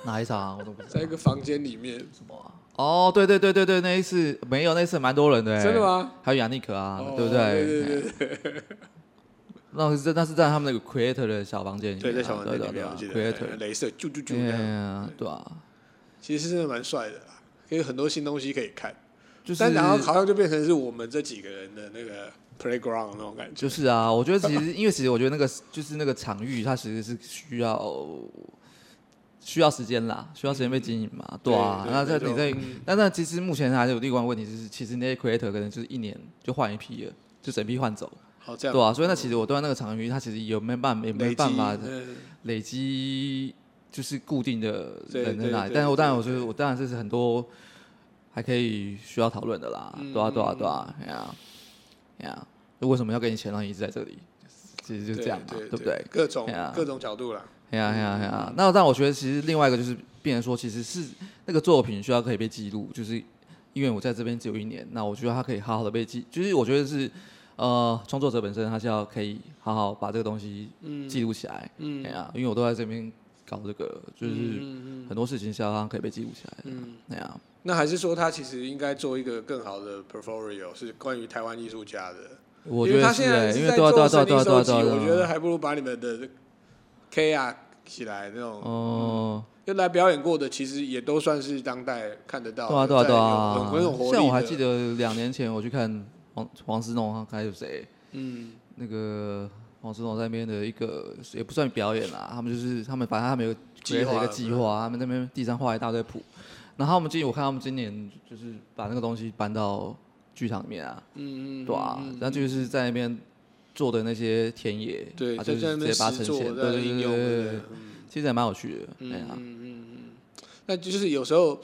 [SPEAKER 3] 哪一场啊？我都不知道
[SPEAKER 2] 在一个房间里面，
[SPEAKER 3] 什么啊。哦，对对对对对，那一次没有，那一次蛮多人的欸，
[SPEAKER 2] 真的吗？
[SPEAKER 3] 还有雅尼克啊，
[SPEAKER 2] 哦
[SPEAKER 3] 对不哎
[SPEAKER 2] 对对对，
[SPEAKER 3] 那是在那是在他们那个 creator 的小房间里面啊，
[SPEAKER 2] 对，在小房间
[SPEAKER 3] 对
[SPEAKER 2] 里面，我记得
[SPEAKER 3] 对啊 creator，
[SPEAKER 2] 镭射啾啾啾
[SPEAKER 3] 对
[SPEAKER 2] 这样，
[SPEAKER 3] 啊，对啊，
[SPEAKER 2] 其实真的蛮帅的啦，可以很多新东西可以看。
[SPEAKER 3] 就是
[SPEAKER 2] 但然后好像就变成是我们这几个人的那个 playground 那种感觉。
[SPEAKER 3] 就是啊，我觉得其实因为其实我觉得那个就是那个场域，它其实是需要需要时间啦，需要时间被经营嘛，对啊，
[SPEAKER 2] 嗯对
[SPEAKER 3] 那在
[SPEAKER 2] 对
[SPEAKER 3] 你在
[SPEAKER 2] 没错嗯
[SPEAKER 3] 但那其实目前还有另外一个问题，就是其实那些 creator 可能就是一年就换一批了，就整批换走，
[SPEAKER 2] 好，这样
[SPEAKER 3] 对啊，所以那其实我对那个场域，它其实有没办法也
[SPEAKER 2] 累
[SPEAKER 3] 没
[SPEAKER 2] 积
[SPEAKER 3] 办法
[SPEAKER 2] 嗯
[SPEAKER 3] 累积就是固定的人
[SPEAKER 2] 对
[SPEAKER 3] 在那
[SPEAKER 2] 对
[SPEAKER 3] 里
[SPEAKER 2] 对，
[SPEAKER 3] 但是我
[SPEAKER 2] 对
[SPEAKER 3] 当然我觉
[SPEAKER 2] 对
[SPEAKER 3] 得我当然这是很多还可以需要讨论的啦，
[SPEAKER 2] 嗯
[SPEAKER 3] 对啊对啊对啊，哎呀哎呀，就为什么要给你钱让你一直在这里？其实就是这样嘛，
[SPEAKER 2] 对
[SPEAKER 3] 不对？
[SPEAKER 2] 各种
[SPEAKER 3] 对啊
[SPEAKER 2] 各种角度啦，
[SPEAKER 3] 哎呀哎呀哎呀，那但我觉得其实另外一个就是，变成说其实是那个作品需要可以被记录，就是因为我在这边只有一年，那我觉得它可以好好的被记，就是我觉得是呃创作者本身他是要可以好好把这个东西记录起来，
[SPEAKER 2] 嗯
[SPEAKER 3] 哎呀，因为我都在这边搞这个，就是
[SPEAKER 2] 嗯嗯
[SPEAKER 3] 很多事情是要让它可以被记录起来的，啊
[SPEAKER 2] 嗯。
[SPEAKER 3] 那样
[SPEAKER 2] 那还是说他其实应该做一个更好的 portfolio，是关于台湾艺术家的。
[SPEAKER 3] 我
[SPEAKER 2] 因
[SPEAKER 3] 觉
[SPEAKER 2] 为
[SPEAKER 3] 得
[SPEAKER 2] 他
[SPEAKER 3] 是
[SPEAKER 2] 现在
[SPEAKER 3] 欸，因
[SPEAKER 2] 是
[SPEAKER 3] 为
[SPEAKER 2] 在
[SPEAKER 3] 对啊对
[SPEAKER 2] 做
[SPEAKER 3] 啊对啊
[SPEAKER 2] 声
[SPEAKER 3] 对
[SPEAKER 2] 音
[SPEAKER 3] 啊对
[SPEAKER 2] 收
[SPEAKER 3] 啊
[SPEAKER 2] 集，
[SPEAKER 3] 对啊，
[SPEAKER 2] 我觉得还不如把你们的 K 啊起来那种，
[SPEAKER 3] 哦。
[SPEAKER 2] 因为来表演过的其实也都算是当代看得到的，
[SPEAKER 3] 对啊，对啊，
[SPEAKER 2] 在嗯有
[SPEAKER 3] 对
[SPEAKER 2] 很很有活
[SPEAKER 3] 啊！
[SPEAKER 2] 力。
[SPEAKER 3] 像我还记，得两年前我去看黄黄思农，还有谁？
[SPEAKER 2] 嗯，
[SPEAKER 3] 那个黄思龙在那边的一个也不算表演啦，他们就是他们反正他们有
[SPEAKER 2] 计划
[SPEAKER 3] 一个计划，他们那边地上画一大堆谱，然后他们今我看他们今年就是把那个东西搬到剧场里面啊，
[SPEAKER 2] 嗯嗯，
[SPEAKER 3] 对啊
[SPEAKER 2] 嗯，
[SPEAKER 3] 然后就是在那边做的那些田野，
[SPEAKER 2] 对，
[SPEAKER 3] 啊、
[SPEAKER 2] 就
[SPEAKER 3] 就
[SPEAKER 2] 在那
[SPEAKER 3] 是直
[SPEAKER 2] 边
[SPEAKER 3] 接把它
[SPEAKER 2] 实
[SPEAKER 3] 呈
[SPEAKER 2] 做，
[SPEAKER 3] 现，
[SPEAKER 2] 在那
[SPEAKER 3] 对
[SPEAKER 2] 边
[SPEAKER 3] 对
[SPEAKER 2] 应
[SPEAKER 3] 对
[SPEAKER 2] 用，
[SPEAKER 3] 对对
[SPEAKER 2] 对
[SPEAKER 3] 对
[SPEAKER 2] 不，嗯
[SPEAKER 3] 其实还蛮有趣的，哎
[SPEAKER 2] 嗯
[SPEAKER 3] 呀、
[SPEAKER 2] 嗯嗯嗯，那就是有时候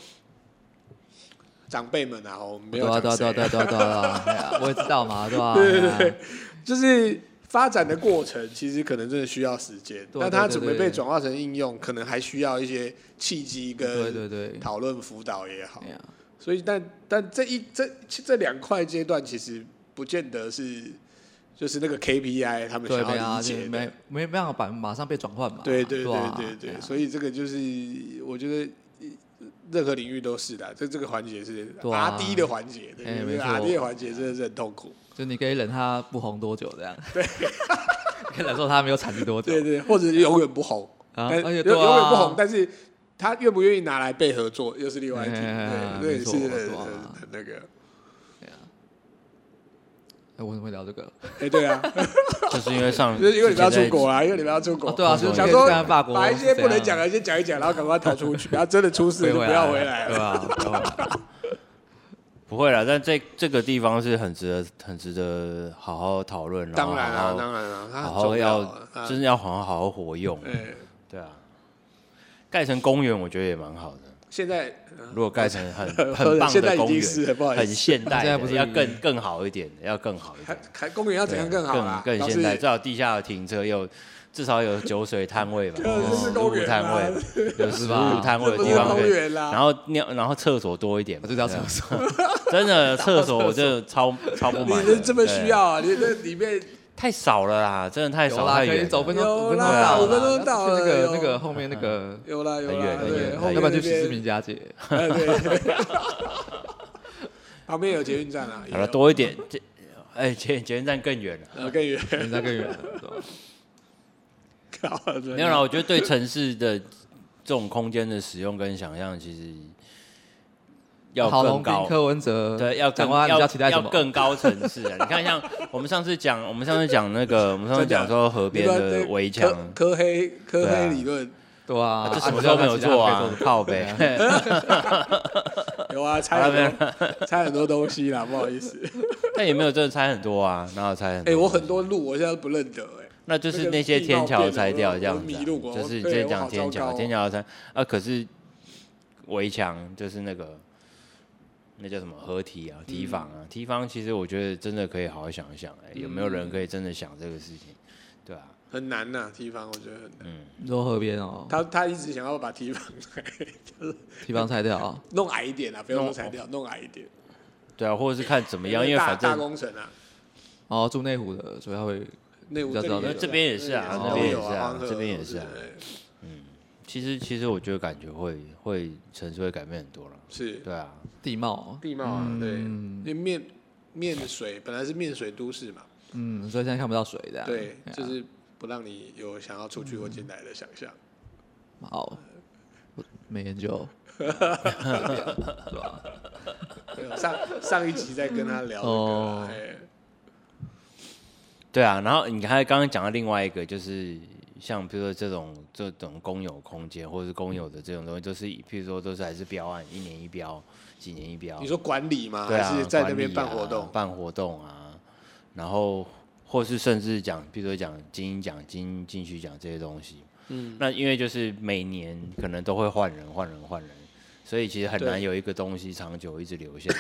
[SPEAKER 2] 长辈们啊，我们没
[SPEAKER 3] 对
[SPEAKER 2] 有
[SPEAKER 3] 啊，
[SPEAKER 2] 讲
[SPEAKER 3] 对啊，
[SPEAKER 2] 谁
[SPEAKER 3] 对啊，对啊，对啊，对啊，对啊我也知道嘛，对
[SPEAKER 2] [laughs]
[SPEAKER 3] 吧？
[SPEAKER 2] 对对
[SPEAKER 3] 哎
[SPEAKER 2] 对
[SPEAKER 3] 呀，
[SPEAKER 2] 就是发展的过程，其实可能真的需要时间。
[SPEAKER 3] 对啊
[SPEAKER 2] 那
[SPEAKER 3] 对
[SPEAKER 2] 它
[SPEAKER 3] 对
[SPEAKER 2] 怎么
[SPEAKER 3] 对
[SPEAKER 2] 被转化成应用，可能还需要一些契机
[SPEAKER 3] 对
[SPEAKER 2] 跟
[SPEAKER 3] 对对，
[SPEAKER 2] 讨论辅导也好
[SPEAKER 3] 哎。呀，
[SPEAKER 2] 所以，但但这一这这两块阶段，其实不见得是就是那个 KPI 他们想
[SPEAKER 3] 对，没
[SPEAKER 2] 要
[SPEAKER 3] 啊，
[SPEAKER 2] 理
[SPEAKER 3] 就
[SPEAKER 2] 解的
[SPEAKER 3] 没。没办法把马上被转换嘛，
[SPEAKER 2] 对对对
[SPEAKER 3] 啊吧
[SPEAKER 2] 对
[SPEAKER 3] 哎
[SPEAKER 2] 对，
[SPEAKER 3] 呀
[SPEAKER 2] 所以这个就是我觉得任何领域都是的，这这个环节是
[SPEAKER 3] 对啊
[SPEAKER 2] R D 的环节，
[SPEAKER 3] 哎
[SPEAKER 2] 对
[SPEAKER 3] 没错哎
[SPEAKER 2] ，R D 的环节真的是很痛苦。
[SPEAKER 3] 就你可以忍他不红多久
[SPEAKER 2] [laughs]
[SPEAKER 3] 这样， [laughs] 对，可以忍受他没有产值多久
[SPEAKER 2] 对，对，或者是永远不红，
[SPEAKER 3] 啊
[SPEAKER 2] 但
[SPEAKER 3] 而且
[SPEAKER 2] 永
[SPEAKER 3] 对啊
[SPEAKER 2] 永远不红，但是他愿不愿意拿来被合作又是另外一题，
[SPEAKER 3] 哎哎哎
[SPEAKER 2] 对，这也
[SPEAKER 3] 没
[SPEAKER 2] 是
[SPEAKER 3] 错
[SPEAKER 2] 很
[SPEAKER 3] 对啊
[SPEAKER 2] 很很那个，
[SPEAKER 3] 哎，我怎么会聊这个？
[SPEAKER 2] 哎，对啊，
[SPEAKER 1] 就是因为上，
[SPEAKER 2] 就是因为你们要
[SPEAKER 1] 之前
[SPEAKER 2] 出
[SPEAKER 1] 在
[SPEAKER 2] 国啊，因为你们要出国，
[SPEAKER 3] 哦对啊所
[SPEAKER 1] 以
[SPEAKER 2] 想
[SPEAKER 1] 可以
[SPEAKER 2] 说
[SPEAKER 3] 看看法国
[SPEAKER 2] 把一些
[SPEAKER 3] 是
[SPEAKER 2] 不能
[SPEAKER 3] 怎样
[SPEAKER 2] 讲的先讲一讲，然后赶快逃出去，然后真的
[SPEAKER 3] [laughs]
[SPEAKER 2] 出事就不要回来
[SPEAKER 3] 对
[SPEAKER 2] 了。
[SPEAKER 3] 吧？不要回来
[SPEAKER 1] 不会啦，但这这个地方是很值得、很值得好好讨论，然后
[SPEAKER 2] 当然
[SPEAKER 1] 好
[SPEAKER 2] 啊，
[SPEAKER 1] 好
[SPEAKER 2] 当然啊，它
[SPEAKER 1] 好
[SPEAKER 2] 很
[SPEAKER 1] 好
[SPEAKER 2] 重
[SPEAKER 1] 要
[SPEAKER 2] 啊，啊
[SPEAKER 1] 真的要好好好好活用。
[SPEAKER 2] 哎，
[SPEAKER 1] 对啊，盖成公园我觉得也蛮好的。
[SPEAKER 2] 现在呃
[SPEAKER 1] 如果盖成
[SPEAKER 2] [laughs]
[SPEAKER 1] 很很棒
[SPEAKER 2] 现在
[SPEAKER 1] 的
[SPEAKER 2] 已
[SPEAKER 1] 公
[SPEAKER 2] 经是了
[SPEAKER 1] 园，
[SPEAKER 2] 不好意思
[SPEAKER 1] 很现代的，
[SPEAKER 3] 现在不是
[SPEAKER 1] 要更更好一点，要更好一
[SPEAKER 2] 还
[SPEAKER 1] 点，
[SPEAKER 2] 还公园要怎样更好啦？
[SPEAKER 1] 更
[SPEAKER 2] 老
[SPEAKER 1] 更
[SPEAKER 2] 师
[SPEAKER 1] 现代，至少地下有停车，有至少有酒水摊位
[SPEAKER 2] [laughs]
[SPEAKER 1] 吧，
[SPEAKER 2] 对哦这是
[SPEAKER 1] 食
[SPEAKER 2] 公
[SPEAKER 1] 物
[SPEAKER 2] 园
[SPEAKER 1] 摊
[SPEAKER 2] 啊 [laughs]
[SPEAKER 1] 位，有食
[SPEAKER 3] 是吧
[SPEAKER 1] 物摊位
[SPEAKER 2] 这
[SPEAKER 1] 的
[SPEAKER 2] 不
[SPEAKER 1] 地
[SPEAKER 2] 是
[SPEAKER 1] 方
[SPEAKER 2] 公
[SPEAKER 1] 可以。
[SPEAKER 2] 园啊啦，
[SPEAKER 1] 然后尿，然后厕所多一点嘛，
[SPEAKER 3] 我就叫厕
[SPEAKER 1] 啊
[SPEAKER 3] 所，
[SPEAKER 1] 真的
[SPEAKER 2] [laughs]
[SPEAKER 1] 厕所我真的超超不满
[SPEAKER 2] 你
[SPEAKER 1] 的，
[SPEAKER 2] 这么需
[SPEAKER 1] 对
[SPEAKER 2] 要啊？你这里面
[SPEAKER 1] 太少了啦，真的太
[SPEAKER 3] 有
[SPEAKER 1] 少
[SPEAKER 3] 啦，
[SPEAKER 1] 太
[SPEAKER 3] 可以
[SPEAKER 1] 远
[SPEAKER 3] 走
[SPEAKER 1] 了。
[SPEAKER 3] 分钟，
[SPEAKER 2] 有
[SPEAKER 3] 五分钟
[SPEAKER 2] 啦
[SPEAKER 3] 到
[SPEAKER 2] 五分钟到了
[SPEAKER 3] 去那个
[SPEAKER 2] 有
[SPEAKER 3] 那个后面那个，
[SPEAKER 2] 有啦有
[SPEAKER 1] 很
[SPEAKER 2] 啦
[SPEAKER 1] 远，很
[SPEAKER 2] 对，
[SPEAKER 1] 远
[SPEAKER 2] 后
[SPEAKER 1] 很远
[SPEAKER 2] 面
[SPEAKER 3] 要不然
[SPEAKER 2] 那
[SPEAKER 3] 就去
[SPEAKER 2] 边
[SPEAKER 3] 市民佳
[SPEAKER 2] [laughs]
[SPEAKER 3] 姐，
[SPEAKER 2] 哎，对，
[SPEAKER 1] [laughs]
[SPEAKER 2] 旁边有捷运站啊，也
[SPEAKER 1] 好了，
[SPEAKER 2] 有
[SPEAKER 1] 多一点，这哎捷捷运站更远了。
[SPEAKER 2] 呃更 [laughs] 远，
[SPEAKER 3] 人家更远了，对吧？
[SPEAKER 2] 靠真的
[SPEAKER 1] 没有啦，我觉得对城市的这种空间的使用跟想象，其实要
[SPEAKER 3] 郝
[SPEAKER 1] 更
[SPEAKER 3] 龙斌、
[SPEAKER 1] 高。
[SPEAKER 3] 柯文哲，
[SPEAKER 1] 对，要
[SPEAKER 3] 讲
[SPEAKER 1] 更
[SPEAKER 3] 话，你比较期
[SPEAKER 1] 要
[SPEAKER 3] 待什
[SPEAKER 1] 要
[SPEAKER 3] 么？
[SPEAKER 1] 更高层次啊！你看，像我们上次讲，我们上次讲那个，我们上次讲说河
[SPEAKER 2] 啊你
[SPEAKER 1] 边
[SPEAKER 2] 不要
[SPEAKER 1] 的
[SPEAKER 2] 再
[SPEAKER 1] 围
[SPEAKER 2] 科
[SPEAKER 1] 墙，
[SPEAKER 2] 科黑科
[SPEAKER 1] 对啊
[SPEAKER 2] 黑理论
[SPEAKER 3] 对啊，
[SPEAKER 1] 这什么
[SPEAKER 3] 啊
[SPEAKER 1] 都没有做
[SPEAKER 3] 你
[SPEAKER 1] 啊
[SPEAKER 3] 知道其他人可以，的
[SPEAKER 1] 靠北。
[SPEAKER 2] 有啊，拆很多 [laughs] 拆很多东西啦，不好
[SPEAKER 1] [laughs]
[SPEAKER 2] 意思，
[SPEAKER 1] [laughs] 但也没有真的拆很多啊，哪有拆很多？
[SPEAKER 2] 哎，我很多路我现在都不认得哎，
[SPEAKER 1] 那就是那些天桥拆掉这样子啊、
[SPEAKER 2] 那个地貌变得我迷路我
[SPEAKER 1] 就是你
[SPEAKER 2] 对
[SPEAKER 1] 之前
[SPEAKER 2] 我
[SPEAKER 1] 讲
[SPEAKER 2] 好
[SPEAKER 1] 天
[SPEAKER 2] 糟
[SPEAKER 1] 桥，
[SPEAKER 2] 糕哦
[SPEAKER 1] 天桥要拆啊，可是围墙就是那个那叫什么合体
[SPEAKER 2] 嗯
[SPEAKER 1] 啊、提防啊、提防，其实我觉得真的可以好好想一想、哎，
[SPEAKER 2] 嗯
[SPEAKER 1] 有没有人可以真的想这个事情？对啊，很
[SPEAKER 2] 很难呐，提防我觉得很
[SPEAKER 1] 嗯
[SPEAKER 2] 难。
[SPEAKER 3] 你说河边哦，
[SPEAKER 2] 他他一直想要把提防
[SPEAKER 3] 地方拆掉啊，
[SPEAKER 2] [laughs] 弄矮一点啊，不要说
[SPEAKER 1] 弄哦
[SPEAKER 2] 拆掉，弄矮一点，
[SPEAKER 1] 对啊，或者是看怎么样，
[SPEAKER 2] 因
[SPEAKER 1] 因为
[SPEAKER 2] 大
[SPEAKER 1] 反
[SPEAKER 2] 大
[SPEAKER 1] 正
[SPEAKER 2] 工程啊，
[SPEAKER 3] 哦，住内湖的，所以他会
[SPEAKER 2] 内务
[SPEAKER 3] 比较知道
[SPEAKER 1] 那这边也是啊
[SPEAKER 3] 这边也
[SPEAKER 2] 有
[SPEAKER 1] 是啊
[SPEAKER 2] 黄河
[SPEAKER 1] 这边也
[SPEAKER 2] 都
[SPEAKER 1] 是啊
[SPEAKER 2] 哎
[SPEAKER 1] 其实其实我觉得感觉会会城市会改变很多了。
[SPEAKER 2] 是
[SPEAKER 1] 对嗯啊，
[SPEAKER 3] 地貌，
[SPEAKER 2] 地貌啊，对，因为面面水本来是面水都市嘛，
[SPEAKER 3] 嗯，所以现在看不到水这样，
[SPEAKER 2] 对，
[SPEAKER 3] 啊
[SPEAKER 2] 就是不让你有想要出去或进来的想象。
[SPEAKER 3] 好，我没研究，对吧？
[SPEAKER 1] 嗯
[SPEAKER 2] 没有上上一集在跟他聊那个啊
[SPEAKER 3] 哦，
[SPEAKER 2] 哎
[SPEAKER 1] 对啊，然后你还刚刚讲到另外一个，就是像比如说这种这种公有空间或者是公有的这种东西，都是譬如说都是还是标案，一年一标，几年一标。
[SPEAKER 2] 你说管理吗？
[SPEAKER 1] 对啊，
[SPEAKER 2] 还是在那边
[SPEAKER 1] 管
[SPEAKER 2] 办
[SPEAKER 1] 理啊
[SPEAKER 2] 活动？
[SPEAKER 1] 办活动啊，然后或是甚至讲，比如说讲金鹰奖、金金曲奖这些东西。嗯，那因为就是每年可能都会换人、换人、换人，所以其实很
[SPEAKER 2] 对
[SPEAKER 1] 难有一个东西长久一直留下来。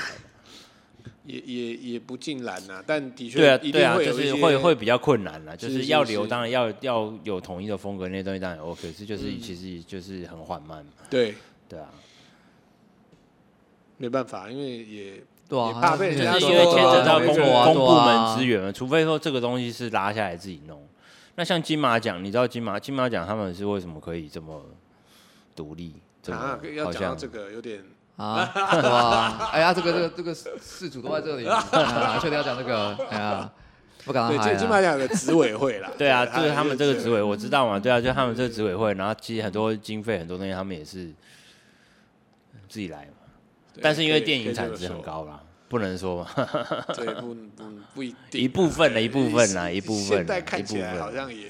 [SPEAKER 2] 也也也不尽然呐，但的确
[SPEAKER 1] 对啊，
[SPEAKER 2] 一
[SPEAKER 1] 对
[SPEAKER 2] 定
[SPEAKER 1] 啊，
[SPEAKER 2] 会
[SPEAKER 1] 就
[SPEAKER 2] 有一
[SPEAKER 1] 是
[SPEAKER 2] 些
[SPEAKER 1] 会会比较困难啦，就是是
[SPEAKER 2] 是
[SPEAKER 1] 要
[SPEAKER 2] 是
[SPEAKER 1] 留，当然要要有统一的风格，那些东西当然 OK，可是就是
[SPEAKER 2] 嗯
[SPEAKER 1] 其实就是很缓慢嘛，
[SPEAKER 2] 对，
[SPEAKER 1] 对啊，
[SPEAKER 2] 没办法，因为也
[SPEAKER 3] 对啊
[SPEAKER 2] 也，怕被人家
[SPEAKER 1] 就是
[SPEAKER 2] 他说啊
[SPEAKER 1] 因为牵扯到
[SPEAKER 2] 对
[SPEAKER 1] 公
[SPEAKER 2] 对对
[SPEAKER 1] 公部
[SPEAKER 2] 啊
[SPEAKER 1] 门资
[SPEAKER 3] 源，
[SPEAKER 1] 源嘛，除非说这个东西是拉下来自己弄。那像金马奖，你知道金马金马奖他们是为什么可以这么独立？这么
[SPEAKER 2] 啊要
[SPEAKER 1] 好
[SPEAKER 2] 讲到
[SPEAKER 1] 像。
[SPEAKER 2] 这个有点
[SPEAKER 3] 啊，对啊，哎呀，这个这个这个事主都在
[SPEAKER 2] [laughs]
[SPEAKER 3] 这里，啊确定要讲这个，哎呀，不敢
[SPEAKER 2] 对，
[SPEAKER 3] 让他嗨
[SPEAKER 2] 最起
[SPEAKER 3] 啊
[SPEAKER 2] 码讲有个执委会啦
[SPEAKER 1] 哎 [laughs] 对啊，
[SPEAKER 2] 它
[SPEAKER 1] 就是他们这个执
[SPEAKER 2] 有
[SPEAKER 1] 委，我知道嘛，对啊，就他们这个执委会，然后其实很多经费很多东西他们也是自己来嘛。
[SPEAKER 2] 对
[SPEAKER 1] 但是因为
[SPEAKER 2] 可以
[SPEAKER 1] 电影
[SPEAKER 2] 可以这
[SPEAKER 1] 产
[SPEAKER 2] 么
[SPEAKER 1] 值很
[SPEAKER 2] 说
[SPEAKER 1] 高啦，不能说嘛，
[SPEAKER 2] [laughs] 对，不不不一定啊，
[SPEAKER 1] 一部分啦一部分啦
[SPEAKER 2] 是
[SPEAKER 1] 一部分啦啊
[SPEAKER 2] 现在看起
[SPEAKER 1] 一部
[SPEAKER 2] 来
[SPEAKER 1] 分
[SPEAKER 2] 好像也，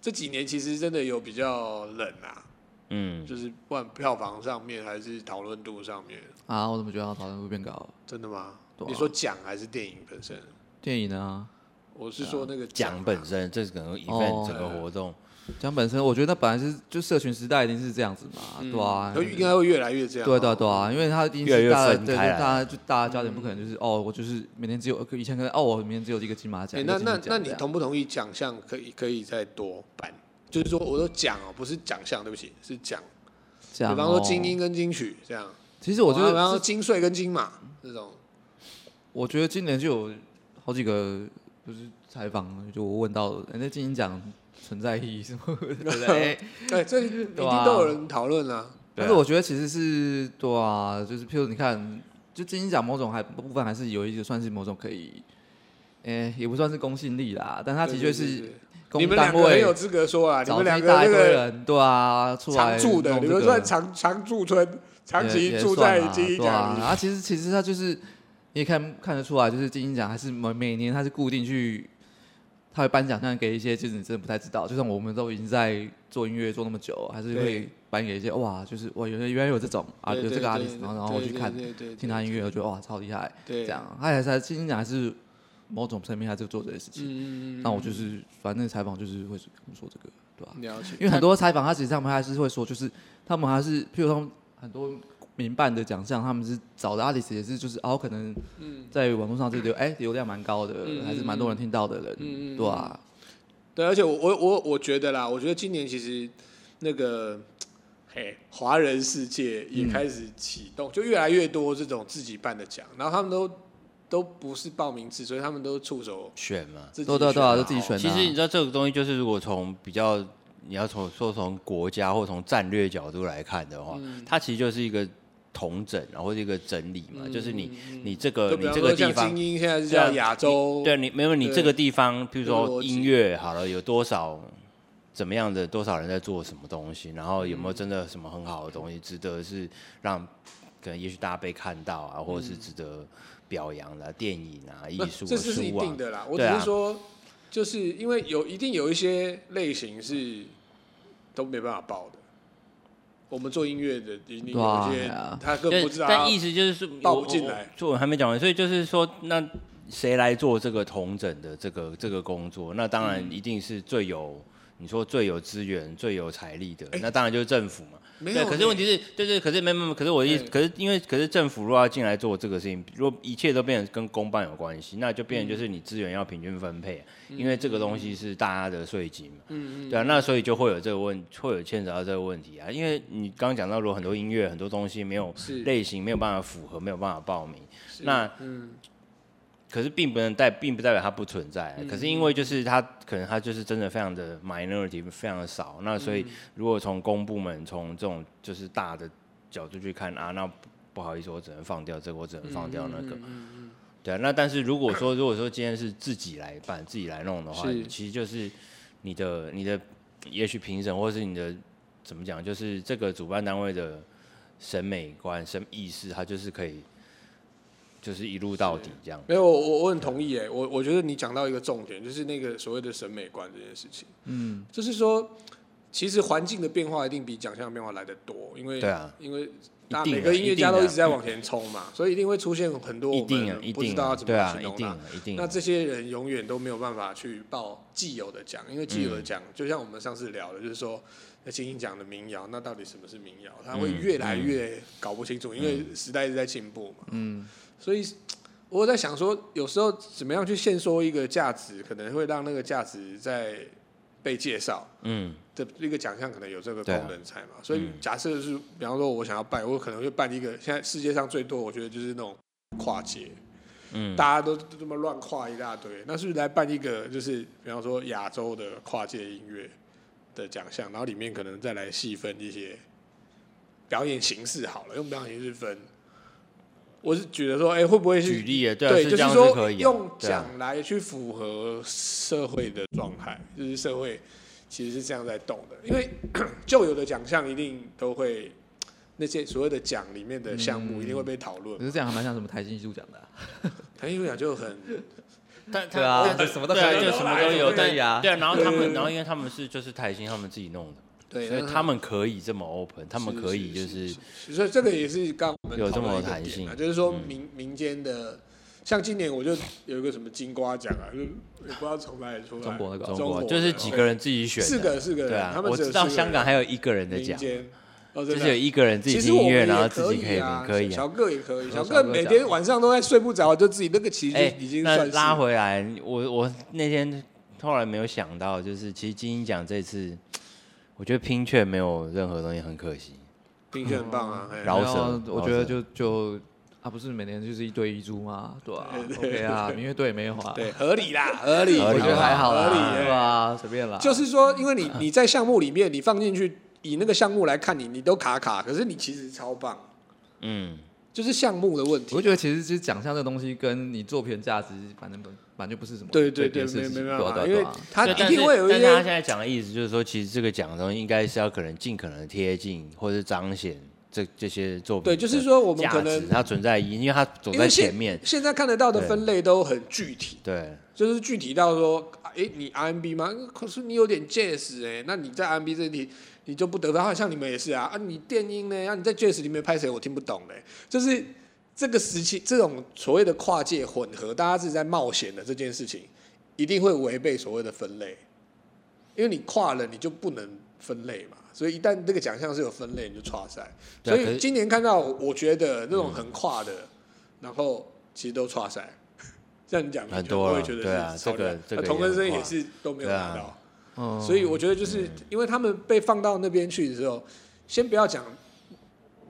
[SPEAKER 2] 这几年其实真的有比较冷啊，
[SPEAKER 1] 嗯，
[SPEAKER 2] 就是不管票房上面还是讨论度上面，
[SPEAKER 3] 啊，我怎么觉得讨论度变高？
[SPEAKER 2] 真的吗？
[SPEAKER 3] 对啊
[SPEAKER 2] 你说奖还是电影本身？
[SPEAKER 3] 电影呢？啊
[SPEAKER 2] 我是说那个
[SPEAKER 1] 啊
[SPEAKER 2] 啊
[SPEAKER 1] 奖本身，这是整个 event
[SPEAKER 3] 哦
[SPEAKER 1] 整个活动，
[SPEAKER 3] 讲本身，我觉得那本来是就社群时代一定是这样子嘛，对啊，
[SPEAKER 2] 嗯都应该会越来越这样。
[SPEAKER 3] 对对对啊，因为他一定
[SPEAKER 1] 越来
[SPEAKER 3] 是
[SPEAKER 1] 越
[SPEAKER 3] 大家
[SPEAKER 1] 分
[SPEAKER 3] 对，就
[SPEAKER 1] 开来
[SPEAKER 3] 大家就大家焦点不
[SPEAKER 2] 嗯
[SPEAKER 3] 可能就是哦，我就是每年只有以前可能哦，我每年只有一个金马奖
[SPEAKER 2] 哎、，
[SPEAKER 3] 一
[SPEAKER 2] 那
[SPEAKER 3] 个
[SPEAKER 2] 那
[SPEAKER 3] 金
[SPEAKER 2] 那
[SPEAKER 3] 马奖
[SPEAKER 2] 你
[SPEAKER 3] 这样
[SPEAKER 2] 同不同意奖项可以可以再多办？就是说，我都讲哦，不是奖项，对不起，是奖。比
[SPEAKER 3] 讲
[SPEAKER 2] 方说
[SPEAKER 3] 哦
[SPEAKER 2] 金鹰，跟金曲这样，
[SPEAKER 3] 其实我觉
[SPEAKER 2] 然后然后
[SPEAKER 3] 得
[SPEAKER 2] 金穗跟金马这种，
[SPEAKER 3] 我觉得今年就有好几个就是采访，就我问到哎那金鹰奖存在意义什么 [laughs] 的，对
[SPEAKER 2] [laughs]
[SPEAKER 3] 不对？
[SPEAKER 2] 对，哎
[SPEAKER 3] [laughs]
[SPEAKER 2] 这一定
[SPEAKER 3] 对啊
[SPEAKER 2] 都有人讨论啦。
[SPEAKER 1] 对
[SPEAKER 3] 但
[SPEAKER 1] 啊
[SPEAKER 3] 是我觉得其实是对啊，就是譬如你看，就金鹰奖某种还部分还是有一个算是某种可以，诶、也不算是公信力啦，但它的确
[SPEAKER 2] 对对对
[SPEAKER 3] 是
[SPEAKER 2] 对
[SPEAKER 3] 公
[SPEAKER 2] 你们两
[SPEAKER 3] 单
[SPEAKER 2] 个很有
[SPEAKER 3] 位
[SPEAKER 2] 资格说啊，你
[SPEAKER 3] 找
[SPEAKER 2] 们
[SPEAKER 3] 这
[SPEAKER 2] 两
[SPEAKER 3] 一
[SPEAKER 2] 个
[SPEAKER 3] 大
[SPEAKER 2] 那
[SPEAKER 3] 堆
[SPEAKER 2] 个
[SPEAKER 3] 人，对啊，出
[SPEAKER 2] 常
[SPEAKER 3] 来
[SPEAKER 2] 住的，
[SPEAKER 3] 弄
[SPEAKER 2] 你
[SPEAKER 3] 这
[SPEAKER 2] 们
[SPEAKER 3] 个
[SPEAKER 2] 算常常驻村，长
[SPEAKER 3] 也
[SPEAKER 2] 期
[SPEAKER 3] 也
[SPEAKER 2] 住在
[SPEAKER 3] 算啦
[SPEAKER 2] 金鹰
[SPEAKER 3] 对啊
[SPEAKER 2] 奖，里。
[SPEAKER 3] 啊，其实其实它就是你也看看得出来，就是金鹰奖还是每每年它是固定去。他会颁奖项给一些，就是你真的不太知道。就像我们都已经在做音乐做那么久，还是会
[SPEAKER 2] 对
[SPEAKER 3] 颁给一些哇，就是哇，原来原来有这种啊，
[SPEAKER 2] 对
[SPEAKER 3] 有这
[SPEAKER 2] 对
[SPEAKER 3] 个 artist，
[SPEAKER 2] 对
[SPEAKER 3] 然后然后我去看，
[SPEAKER 2] 对对对对
[SPEAKER 3] 听他音乐，我觉得哇超厉害，
[SPEAKER 2] 对
[SPEAKER 3] 这样，他还是金鹰奖还是某种层面还是做这些事情。
[SPEAKER 2] 嗯，嗯嗯
[SPEAKER 3] 那我就是反正采访就是会跟我说这个，对吧、
[SPEAKER 2] 嗯了解，
[SPEAKER 3] 因为很多采访，他其实他们还是会说，就是他们还是，譬如他们很多民办的奖项，他们是找的 artist 也是就是哦，可能在网络上这流哎流量蛮高的，
[SPEAKER 2] 嗯嗯
[SPEAKER 3] 还是蛮多人听到的人，
[SPEAKER 2] 嗯嗯嗯
[SPEAKER 3] 对啊，
[SPEAKER 2] 对，而且我我我我觉得啦，我觉得今年其实那个嘿，华人世界也开始启动，就越来越多这种自己办的奖，然后他们都都不是报名制，所以他们都触手
[SPEAKER 1] 选嘛。
[SPEAKER 2] 自己
[SPEAKER 3] 对对对啊，
[SPEAKER 2] 选
[SPEAKER 3] 就
[SPEAKER 2] 好
[SPEAKER 3] 自己选的
[SPEAKER 1] 其
[SPEAKER 3] 啊、
[SPEAKER 1] 实你知道这个东西，就是如果从比较，你要从说从国家或从战略角度来看的话，它其实就是一个统整，然后是一个整理嘛，嗯就是你你这个
[SPEAKER 2] 就比
[SPEAKER 1] 呃你这
[SPEAKER 2] 方说
[SPEAKER 1] 个地
[SPEAKER 2] 像
[SPEAKER 1] 方
[SPEAKER 2] 精，英现在是
[SPEAKER 1] 对啊
[SPEAKER 2] 叫亚洲，
[SPEAKER 1] 对，你没有你
[SPEAKER 2] 对
[SPEAKER 1] 这个地方，比如
[SPEAKER 2] 这个逻
[SPEAKER 1] 说
[SPEAKER 2] 辑
[SPEAKER 1] 音乐好了，有多少怎么样的多少人在做什么东西，然后有没有真的什么很好的东西，值得是让可能也许大家被看到
[SPEAKER 2] 嗯
[SPEAKER 1] 啊，或者是值得表扬的啊、电影啊、艺
[SPEAKER 2] 那
[SPEAKER 1] 术啊、
[SPEAKER 2] 这是是一
[SPEAKER 1] 书啊
[SPEAKER 2] 定，的啦。我只
[SPEAKER 1] 对
[SPEAKER 2] 是
[SPEAKER 1] 啊
[SPEAKER 2] 说，就是因为有一定有一些类型是都没办法报的。我们做音乐的，一定
[SPEAKER 3] 对啊
[SPEAKER 2] 有一些
[SPEAKER 3] 对啊
[SPEAKER 2] 他更
[SPEAKER 1] 对
[SPEAKER 2] 不知道他。
[SPEAKER 1] 但意思就是说
[SPEAKER 2] 报
[SPEAKER 1] 我
[SPEAKER 2] 不进
[SPEAKER 1] 我
[SPEAKER 2] 来
[SPEAKER 1] 作文还没讲完，所以就是说，那谁来做这个同整的这个这个工作？那当
[SPEAKER 2] 嗯
[SPEAKER 1] 然一定是最有、你说最有资源、最有财力的，
[SPEAKER 2] 哎
[SPEAKER 1] 那当然就是政府嘛。
[SPEAKER 2] 没
[SPEAKER 1] 对，
[SPEAKER 2] 有
[SPEAKER 1] 可
[SPEAKER 2] 欸
[SPEAKER 1] 是问题是，对对，可是没没没，可是我的意思，
[SPEAKER 2] 对
[SPEAKER 1] 可是因为可是政府如果要进来做这个事情，如果一切都变成跟公办有关系，那就变成就是
[SPEAKER 2] 嗯
[SPEAKER 1] 你资源要平均分配，啊因为这个东西是大家的税金嘛，嗯嗯，对啊，那所以就会有这个问，会有牵扯到这个问题啊，因为你刚刚讲到，如果很多音乐很多东西没有
[SPEAKER 2] 是
[SPEAKER 1] 类型，没有办法符合，没有办法报名，那嗯。可是并不能代，并不代表它不存在。可是因为就是它，可能它就是真的非常的 minority，非常的少。那所以如果从公部门从这种就是大的角度去看啊，那不不好意思，我只能放掉这个，我只能放掉那个。对啊，那但是如果说如果说今天是自己来办、自己来弄的话，
[SPEAKER 2] 是
[SPEAKER 1] 你其实就是你的你的也许评审或是你的怎么讲，就是这个主办单位的审美观、审意识，它就是可以就是一路到底这样。
[SPEAKER 2] 没有，我我我很同意哎，我我觉得你讲到一个重点，就是那个所谓的审美观这件事情，
[SPEAKER 3] 嗯，
[SPEAKER 2] 就是说，其实环境的变化一定比奖项的变化来得多，因为
[SPEAKER 1] 对啊，
[SPEAKER 2] 因为大
[SPEAKER 1] 一定啊
[SPEAKER 2] 每个音乐
[SPEAKER 1] 一定
[SPEAKER 2] 家
[SPEAKER 1] 的
[SPEAKER 2] 都一直在往前冲嘛，所以一定会出现很多
[SPEAKER 1] 一
[SPEAKER 2] 我
[SPEAKER 1] 定啊，一
[SPEAKER 2] 们不知
[SPEAKER 1] 定
[SPEAKER 2] 道
[SPEAKER 1] 啊，
[SPEAKER 2] 要怎
[SPEAKER 1] 对
[SPEAKER 2] 么
[SPEAKER 1] 啊
[SPEAKER 2] 去，
[SPEAKER 1] 一
[SPEAKER 2] 弄
[SPEAKER 1] 定
[SPEAKER 2] 它
[SPEAKER 1] 啊。，一定
[SPEAKER 2] 那
[SPEAKER 1] 啊。
[SPEAKER 2] 这些人永远都没有办法去报既有的奖，因为既有的奖、就像我们上次聊的，就是说那金鹰奖的民谣，那到底什么是民谣？他会越来越搞不清楚，因为时代一直在进步嘛。嗯，所以我在想说，有时候怎么样去限缩一个价值，可能会让那个价值在被介绍。
[SPEAKER 1] 嗯，
[SPEAKER 2] 这一个奖项可能有这个
[SPEAKER 1] 对
[SPEAKER 2] 功
[SPEAKER 1] 啊
[SPEAKER 2] 能在嘛，所以假设是，比方说我想要办，我可能会办一个现在世界上最多，我觉得就是那种跨界，
[SPEAKER 1] 嗯
[SPEAKER 2] 大家都都这么乱跨一大堆，那是不是来办一个就是比方说亚洲的跨界音乐的奖项，然后里面可能再来细分一些表演形式好了，用表演形式分。我是觉得说，哎、会不会是
[SPEAKER 1] 举例啊，对啊，
[SPEAKER 2] 对，
[SPEAKER 1] 是
[SPEAKER 2] 就
[SPEAKER 1] 这样
[SPEAKER 2] 说
[SPEAKER 1] 可以啊，
[SPEAKER 2] 用
[SPEAKER 1] 对啊
[SPEAKER 2] 奖来去符合社会的状态，就是社会其实是这样在动的，因为旧有的奖项一定都会。那些所谓的奖里面的项目一定会被讨论
[SPEAKER 1] 嗯
[SPEAKER 3] 可，是这样还蛮像什么台新艺术奖的啊、
[SPEAKER 2] 台艺术奖就很
[SPEAKER 1] 但
[SPEAKER 3] 对啊
[SPEAKER 1] 但
[SPEAKER 3] 就什么都
[SPEAKER 1] 对啊
[SPEAKER 3] 可以
[SPEAKER 1] 就什么都有，
[SPEAKER 3] 对
[SPEAKER 1] 但
[SPEAKER 3] 呀
[SPEAKER 1] 对啊，然后他
[SPEAKER 2] 对对
[SPEAKER 1] 们，
[SPEAKER 2] 对
[SPEAKER 1] 然后因为他们是就是台新他们自己弄的，
[SPEAKER 2] 对，
[SPEAKER 1] 所以
[SPEAKER 2] 那
[SPEAKER 1] 他们可以这么 open，他们
[SPEAKER 2] 是
[SPEAKER 1] 可以就是是
[SPEAKER 2] 所以这个也是刚刚我们
[SPEAKER 1] 有这么
[SPEAKER 2] 讨论
[SPEAKER 1] 有
[SPEAKER 2] 一个
[SPEAKER 1] 弹嗯
[SPEAKER 2] 点啊
[SPEAKER 1] 性
[SPEAKER 2] 就是说民民间的像今年我就有一个什么金瓜奖啊，就也不知道从哪里出来。
[SPEAKER 3] 中国那个
[SPEAKER 2] 中
[SPEAKER 1] 中国
[SPEAKER 2] 的
[SPEAKER 1] 就是几个人自己选的，
[SPEAKER 2] 四个四个人
[SPEAKER 1] 对啊
[SPEAKER 2] 他，们
[SPEAKER 1] 我
[SPEAKER 2] 只有
[SPEAKER 1] 知道
[SPEAKER 2] 四个人
[SPEAKER 1] 香港还有一个人的
[SPEAKER 2] 民
[SPEAKER 1] 奖，
[SPEAKER 2] 间，哦，
[SPEAKER 1] 就
[SPEAKER 2] 真的
[SPEAKER 1] 是有一个人自己
[SPEAKER 2] 其实
[SPEAKER 1] 听
[SPEAKER 2] 我
[SPEAKER 1] 音
[SPEAKER 2] 们
[SPEAKER 1] 乐，
[SPEAKER 2] 也
[SPEAKER 1] 然后自己可
[SPEAKER 2] 可
[SPEAKER 1] 以
[SPEAKER 2] 啊
[SPEAKER 1] 评，，可以啊
[SPEAKER 2] 小。哥也可以，小
[SPEAKER 3] 小哥
[SPEAKER 2] 哥
[SPEAKER 3] 讲
[SPEAKER 2] 每天晚上都在睡不着，就自己那个其实
[SPEAKER 1] 哎
[SPEAKER 2] 已经
[SPEAKER 1] 那
[SPEAKER 2] 算是
[SPEAKER 1] 拉回来，我我那天后来没有想到，就是其实金鹰奖这次，我觉得拼却没有任何东西，很可惜。
[SPEAKER 2] 的确很棒啊。哎
[SPEAKER 1] 嗯饶舌
[SPEAKER 3] 没有啊我觉
[SPEAKER 1] 饶舌
[SPEAKER 3] 得就就啊，不是每年就是一堆遗珠嘛，对
[SPEAKER 1] [laughs]
[SPEAKER 3] 啊，OK 啊，民乐队也没有啊，
[SPEAKER 2] 对，合理啦，合理，
[SPEAKER 1] 合
[SPEAKER 3] 我
[SPEAKER 1] 理
[SPEAKER 3] 觉得还好啦，
[SPEAKER 2] 合理
[SPEAKER 3] 对
[SPEAKER 2] 哎
[SPEAKER 3] 吧？随便啦，
[SPEAKER 2] 就是说，因为你你在项目里面，你放进去以那个项目来看你，你都卡卡，可是你其实超棒，
[SPEAKER 1] 嗯，
[SPEAKER 2] 就是项目的问
[SPEAKER 3] 我
[SPEAKER 2] 题。
[SPEAKER 3] 觉得其实其实奖项这东西跟你作品价值，反正本反正就不是什么
[SPEAKER 2] 对对对，
[SPEAKER 3] 别的事
[SPEAKER 2] 没
[SPEAKER 3] 情
[SPEAKER 2] 没办
[SPEAKER 3] 对啊
[SPEAKER 2] 法，因
[SPEAKER 3] 对
[SPEAKER 2] 为
[SPEAKER 3] 啊
[SPEAKER 2] 他
[SPEAKER 1] 对
[SPEAKER 2] 一
[SPEAKER 1] 但
[SPEAKER 2] 定
[SPEAKER 1] 是
[SPEAKER 2] 会有一
[SPEAKER 1] 但是他现
[SPEAKER 2] 些
[SPEAKER 1] 在讲的意思就是说，其实这个奖的东西应该是要可能尽可能贴近或者彰显这这些作品的
[SPEAKER 2] 对，
[SPEAKER 1] 价值。
[SPEAKER 2] 就是说我们可能
[SPEAKER 1] 它存在意义，因为它走
[SPEAKER 2] 因
[SPEAKER 1] 在
[SPEAKER 2] 为
[SPEAKER 1] 前
[SPEAKER 2] 现
[SPEAKER 1] 面。
[SPEAKER 2] 现在看得到的分类都很具体，
[SPEAKER 1] 对，
[SPEAKER 2] 就是具体到说，哎、你 RMB 吗？可是你有点 Jazz 哎、那你在 RMB 这题你就不得分，好像你们也是啊，啊，你电音呢？啊，你在 Jazz 里面拍谁？我听不懂嘞、就是这个时期这种所谓的跨界混合，大家自己在冒险的这件事情，一定会违背所谓的分类，因为你跨了，你就不能分类嘛。所以一旦这个奖项是有分类，你就跨赛。
[SPEAKER 1] 对啊
[SPEAKER 2] 所
[SPEAKER 1] 可
[SPEAKER 2] 以
[SPEAKER 1] 是
[SPEAKER 2] 今年看到，我觉得那种很跨的，然后其实都跨赛。 [laughs] 这样讲
[SPEAKER 1] 很多啊
[SPEAKER 2] 我也觉得
[SPEAKER 1] 对啊
[SPEAKER 2] 是超
[SPEAKER 1] 这个
[SPEAKER 2] 量
[SPEAKER 1] 这个
[SPEAKER 2] 那
[SPEAKER 1] 也
[SPEAKER 2] 同根生
[SPEAKER 1] 很
[SPEAKER 2] 也
[SPEAKER 1] 跨
[SPEAKER 2] 是都没有拿
[SPEAKER 1] 对
[SPEAKER 2] 到
[SPEAKER 1] 啊。
[SPEAKER 3] 嗯
[SPEAKER 2] 所以我觉得就是因为他们被放到那边去的时候，先不要讲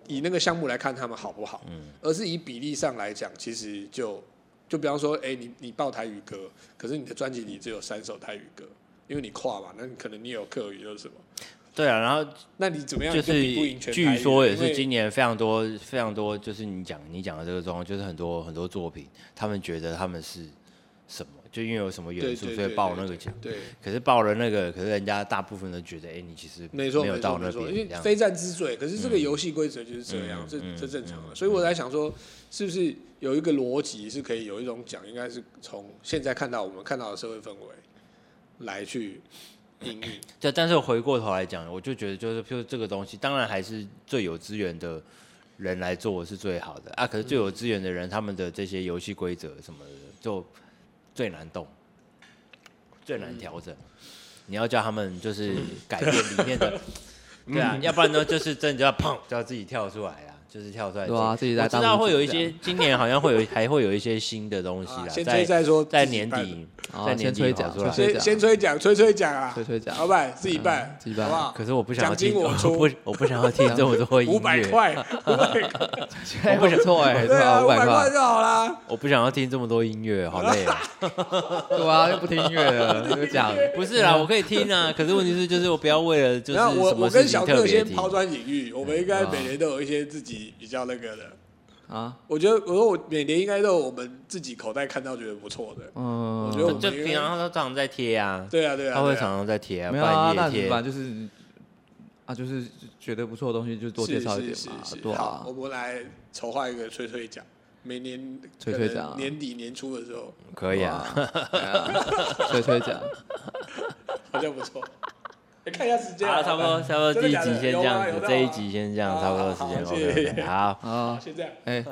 [SPEAKER 2] 以那个项目来看他们好不好，
[SPEAKER 1] 嗯
[SPEAKER 2] 而是以比例上来讲，其实就就比方说，哎、你你报台语歌，可是你的专辑里只有三首台语歌，因为你跨嘛，那你可能你有客语又是什么，
[SPEAKER 1] 对啊，然后
[SPEAKER 2] 那你怎么样
[SPEAKER 1] 就
[SPEAKER 2] 你比不
[SPEAKER 1] 是
[SPEAKER 2] 赢全台语
[SPEAKER 1] 据说也
[SPEAKER 2] 因
[SPEAKER 1] 是
[SPEAKER 2] 为
[SPEAKER 1] 今年非常多非常多，就是你讲你讲的这个状况，就是很多很多作品，他们觉得他们是什么，就因为有什么元
[SPEAKER 2] 对
[SPEAKER 1] 素，
[SPEAKER 2] 对
[SPEAKER 1] 所以
[SPEAKER 2] 对
[SPEAKER 1] 报
[SPEAKER 2] 对
[SPEAKER 1] 那个奖。
[SPEAKER 2] 对。
[SPEAKER 1] 可是报了那个，可是人家大部分都觉得，哎、你其实
[SPEAKER 2] 没错，
[SPEAKER 1] 有
[SPEAKER 2] 没错，
[SPEAKER 1] 到那
[SPEAKER 2] 没错，因为
[SPEAKER 1] 边这样。
[SPEAKER 2] 非战之罪。可是这个游戏规则就是这样
[SPEAKER 1] 嗯，
[SPEAKER 2] 这
[SPEAKER 1] 嗯
[SPEAKER 2] 这正常的。所以我在想说，是不是有一个逻辑是可以有一种奖，应该是从现在看到我们看到的社会氛围来去应应。
[SPEAKER 1] 对，但是回过头来讲，我就觉得就是就是这个东西，当然还是最有资源的人来做是最好的啊。可是最
[SPEAKER 3] 嗯
[SPEAKER 1] 有资源的人，他们的这些游戏规则什么的，就最难动，最难调整。你要叫他们就是改变里面
[SPEAKER 3] [laughs]
[SPEAKER 1] 的，对
[SPEAKER 3] 嗯
[SPEAKER 1] 啊，要不然呢，就是真的就要砰，就要自己跳出来啊。就是跳出来，
[SPEAKER 3] 对啊自己
[SPEAKER 1] 我
[SPEAKER 3] 来
[SPEAKER 1] 知
[SPEAKER 3] 当
[SPEAKER 1] 道
[SPEAKER 3] 舞
[SPEAKER 1] 会有
[SPEAKER 3] 者
[SPEAKER 1] 一
[SPEAKER 3] 这样
[SPEAKER 1] 些，今年好像会有，还会有一些新的东西
[SPEAKER 2] 啊
[SPEAKER 1] 啦，
[SPEAKER 2] 先
[SPEAKER 1] 在
[SPEAKER 2] 吹再说，
[SPEAKER 1] 在
[SPEAKER 2] 自己
[SPEAKER 1] 年
[SPEAKER 2] 办
[SPEAKER 1] 底，
[SPEAKER 3] 哦
[SPEAKER 1] 在
[SPEAKER 3] 先
[SPEAKER 1] 年底
[SPEAKER 3] 吹奖
[SPEAKER 1] 跑出来，
[SPEAKER 3] 吹
[SPEAKER 2] 先
[SPEAKER 3] 奖
[SPEAKER 2] 先吹奖，吹吹奖啊，
[SPEAKER 3] 吹吹奖
[SPEAKER 2] 老板自己办
[SPEAKER 3] 嗯，自己办
[SPEAKER 2] 好不好？
[SPEAKER 1] 可是我不想要
[SPEAKER 2] 奖金
[SPEAKER 1] 听，我 [laughs]
[SPEAKER 2] 我出
[SPEAKER 1] 不，我不想要听这么多音乐，
[SPEAKER 2] 五
[SPEAKER 1] [laughs]
[SPEAKER 2] 百，块，五百块，
[SPEAKER 3] 我不想错哎，
[SPEAKER 2] [laughs] 对啊，
[SPEAKER 3] 五
[SPEAKER 2] 五
[SPEAKER 3] 百
[SPEAKER 2] 百块
[SPEAKER 3] 块，
[SPEAKER 2] 就好啦。
[SPEAKER 1] 我不想要听这么多音乐，好累
[SPEAKER 2] [laughs]
[SPEAKER 1] 啊！
[SPEAKER 3] 对啊，又不听音乐了，就讲
[SPEAKER 1] 不是啦，我可以听啊，可是问题是就是我不要为了就是
[SPEAKER 2] 然后我
[SPEAKER 1] 什
[SPEAKER 2] 我
[SPEAKER 1] 么
[SPEAKER 2] 跟
[SPEAKER 1] 事情
[SPEAKER 2] 小
[SPEAKER 1] 特
[SPEAKER 2] 克
[SPEAKER 1] 别
[SPEAKER 2] 先
[SPEAKER 1] 听。
[SPEAKER 2] 抛砖引玉，我们应该
[SPEAKER 3] 嗯
[SPEAKER 2] 每年都有一些自己比较那个的。
[SPEAKER 3] 啊，
[SPEAKER 2] 我觉得，我说我每年应该都有我们自己口袋看到觉得不错的。我觉得
[SPEAKER 3] 嗯，
[SPEAKER 2] 我
[SPEAKER 1] 就
[SPEAKER 2] 们应
[SPEAKER 1] 平
[SPEAKER 2] 该
[SPEAKER 1] 常他常在贴啊，
[SPEAKER 2] 对啊，对啊，
[SPEAKER 1] 他会
[SPEAKER 2] 对啊
[SPEAKER 1] 常常在贴啊，
[SPEAKER 3] 没有啊，那
[SPEAKER 1] 半夜
[SPEAKER 3] 你
[SPEAKER 1] 贴
[SPEAKER 3] 反正就是啊，就是觉得不错的东西就多介绍一点
[SPEAKER 2] 是
[SPEAKER 3] 嘛
[SPEAKER 2] 是是，是
[SPEAKER 3] 对啊
[SPEAKER 2] 好，我们来筹划一个吹吹奖，每年
[SPEAKER 3] 吹
[SPEAKER 2] 可
[SPEAKER 3] 吹
[SPEAKER 2] 能
[SPEAKER 3] 奖啊
[SPEAKER 2] 年底年初的时候
[SPEAKER 1] 可以啊。
[SPEAKER 3] [laughs] 对啊，吹吹讲，
[SPEAKER 2] 好像不
[SPEAKER 3] [laughs]
[SPEAKER 2] 错。来看一下时间
[SPEAKER 1] 好
[SPEAKER 2] 啊，
[SPEAKER 1] 了，差不多，差不多
[SPEAKER 2] 真
[SPEAKER 1] 第
[SPEAKER 2] 的
[SPEAKER 1] 一
[SPEAKER 2] 假的
[SPEAKER 1] 集先
[SPEAKER 2] 有
[SPEAKER 1] 这
[SPEAKER 2] 吗
[SPEAKER 1] 样
[SPEAKER 2] 有
[SPEAKER 1] 子，
[SPEAKER 2] 到
[SPEAKER 1] 这一
[SPEAKER 2] 吗
[SPEAKER 1] 集先这样，
[SPEAKER 2] 好
[SPEAKER 1] 差不多
[SPEAKER 2] 好
[SPEAKER 1] 时间
[SPEAKER 2] 好
[SPEAKER 1] OK，
[SPEAKER 2] 谢谢
[SPEAKER 1] 好。
[SPEAKER 2] [laughs]
[SPEAKER 3] 啊
[SPEAKER 2] 好，，先这样。
[SPEAKER 3] 哎，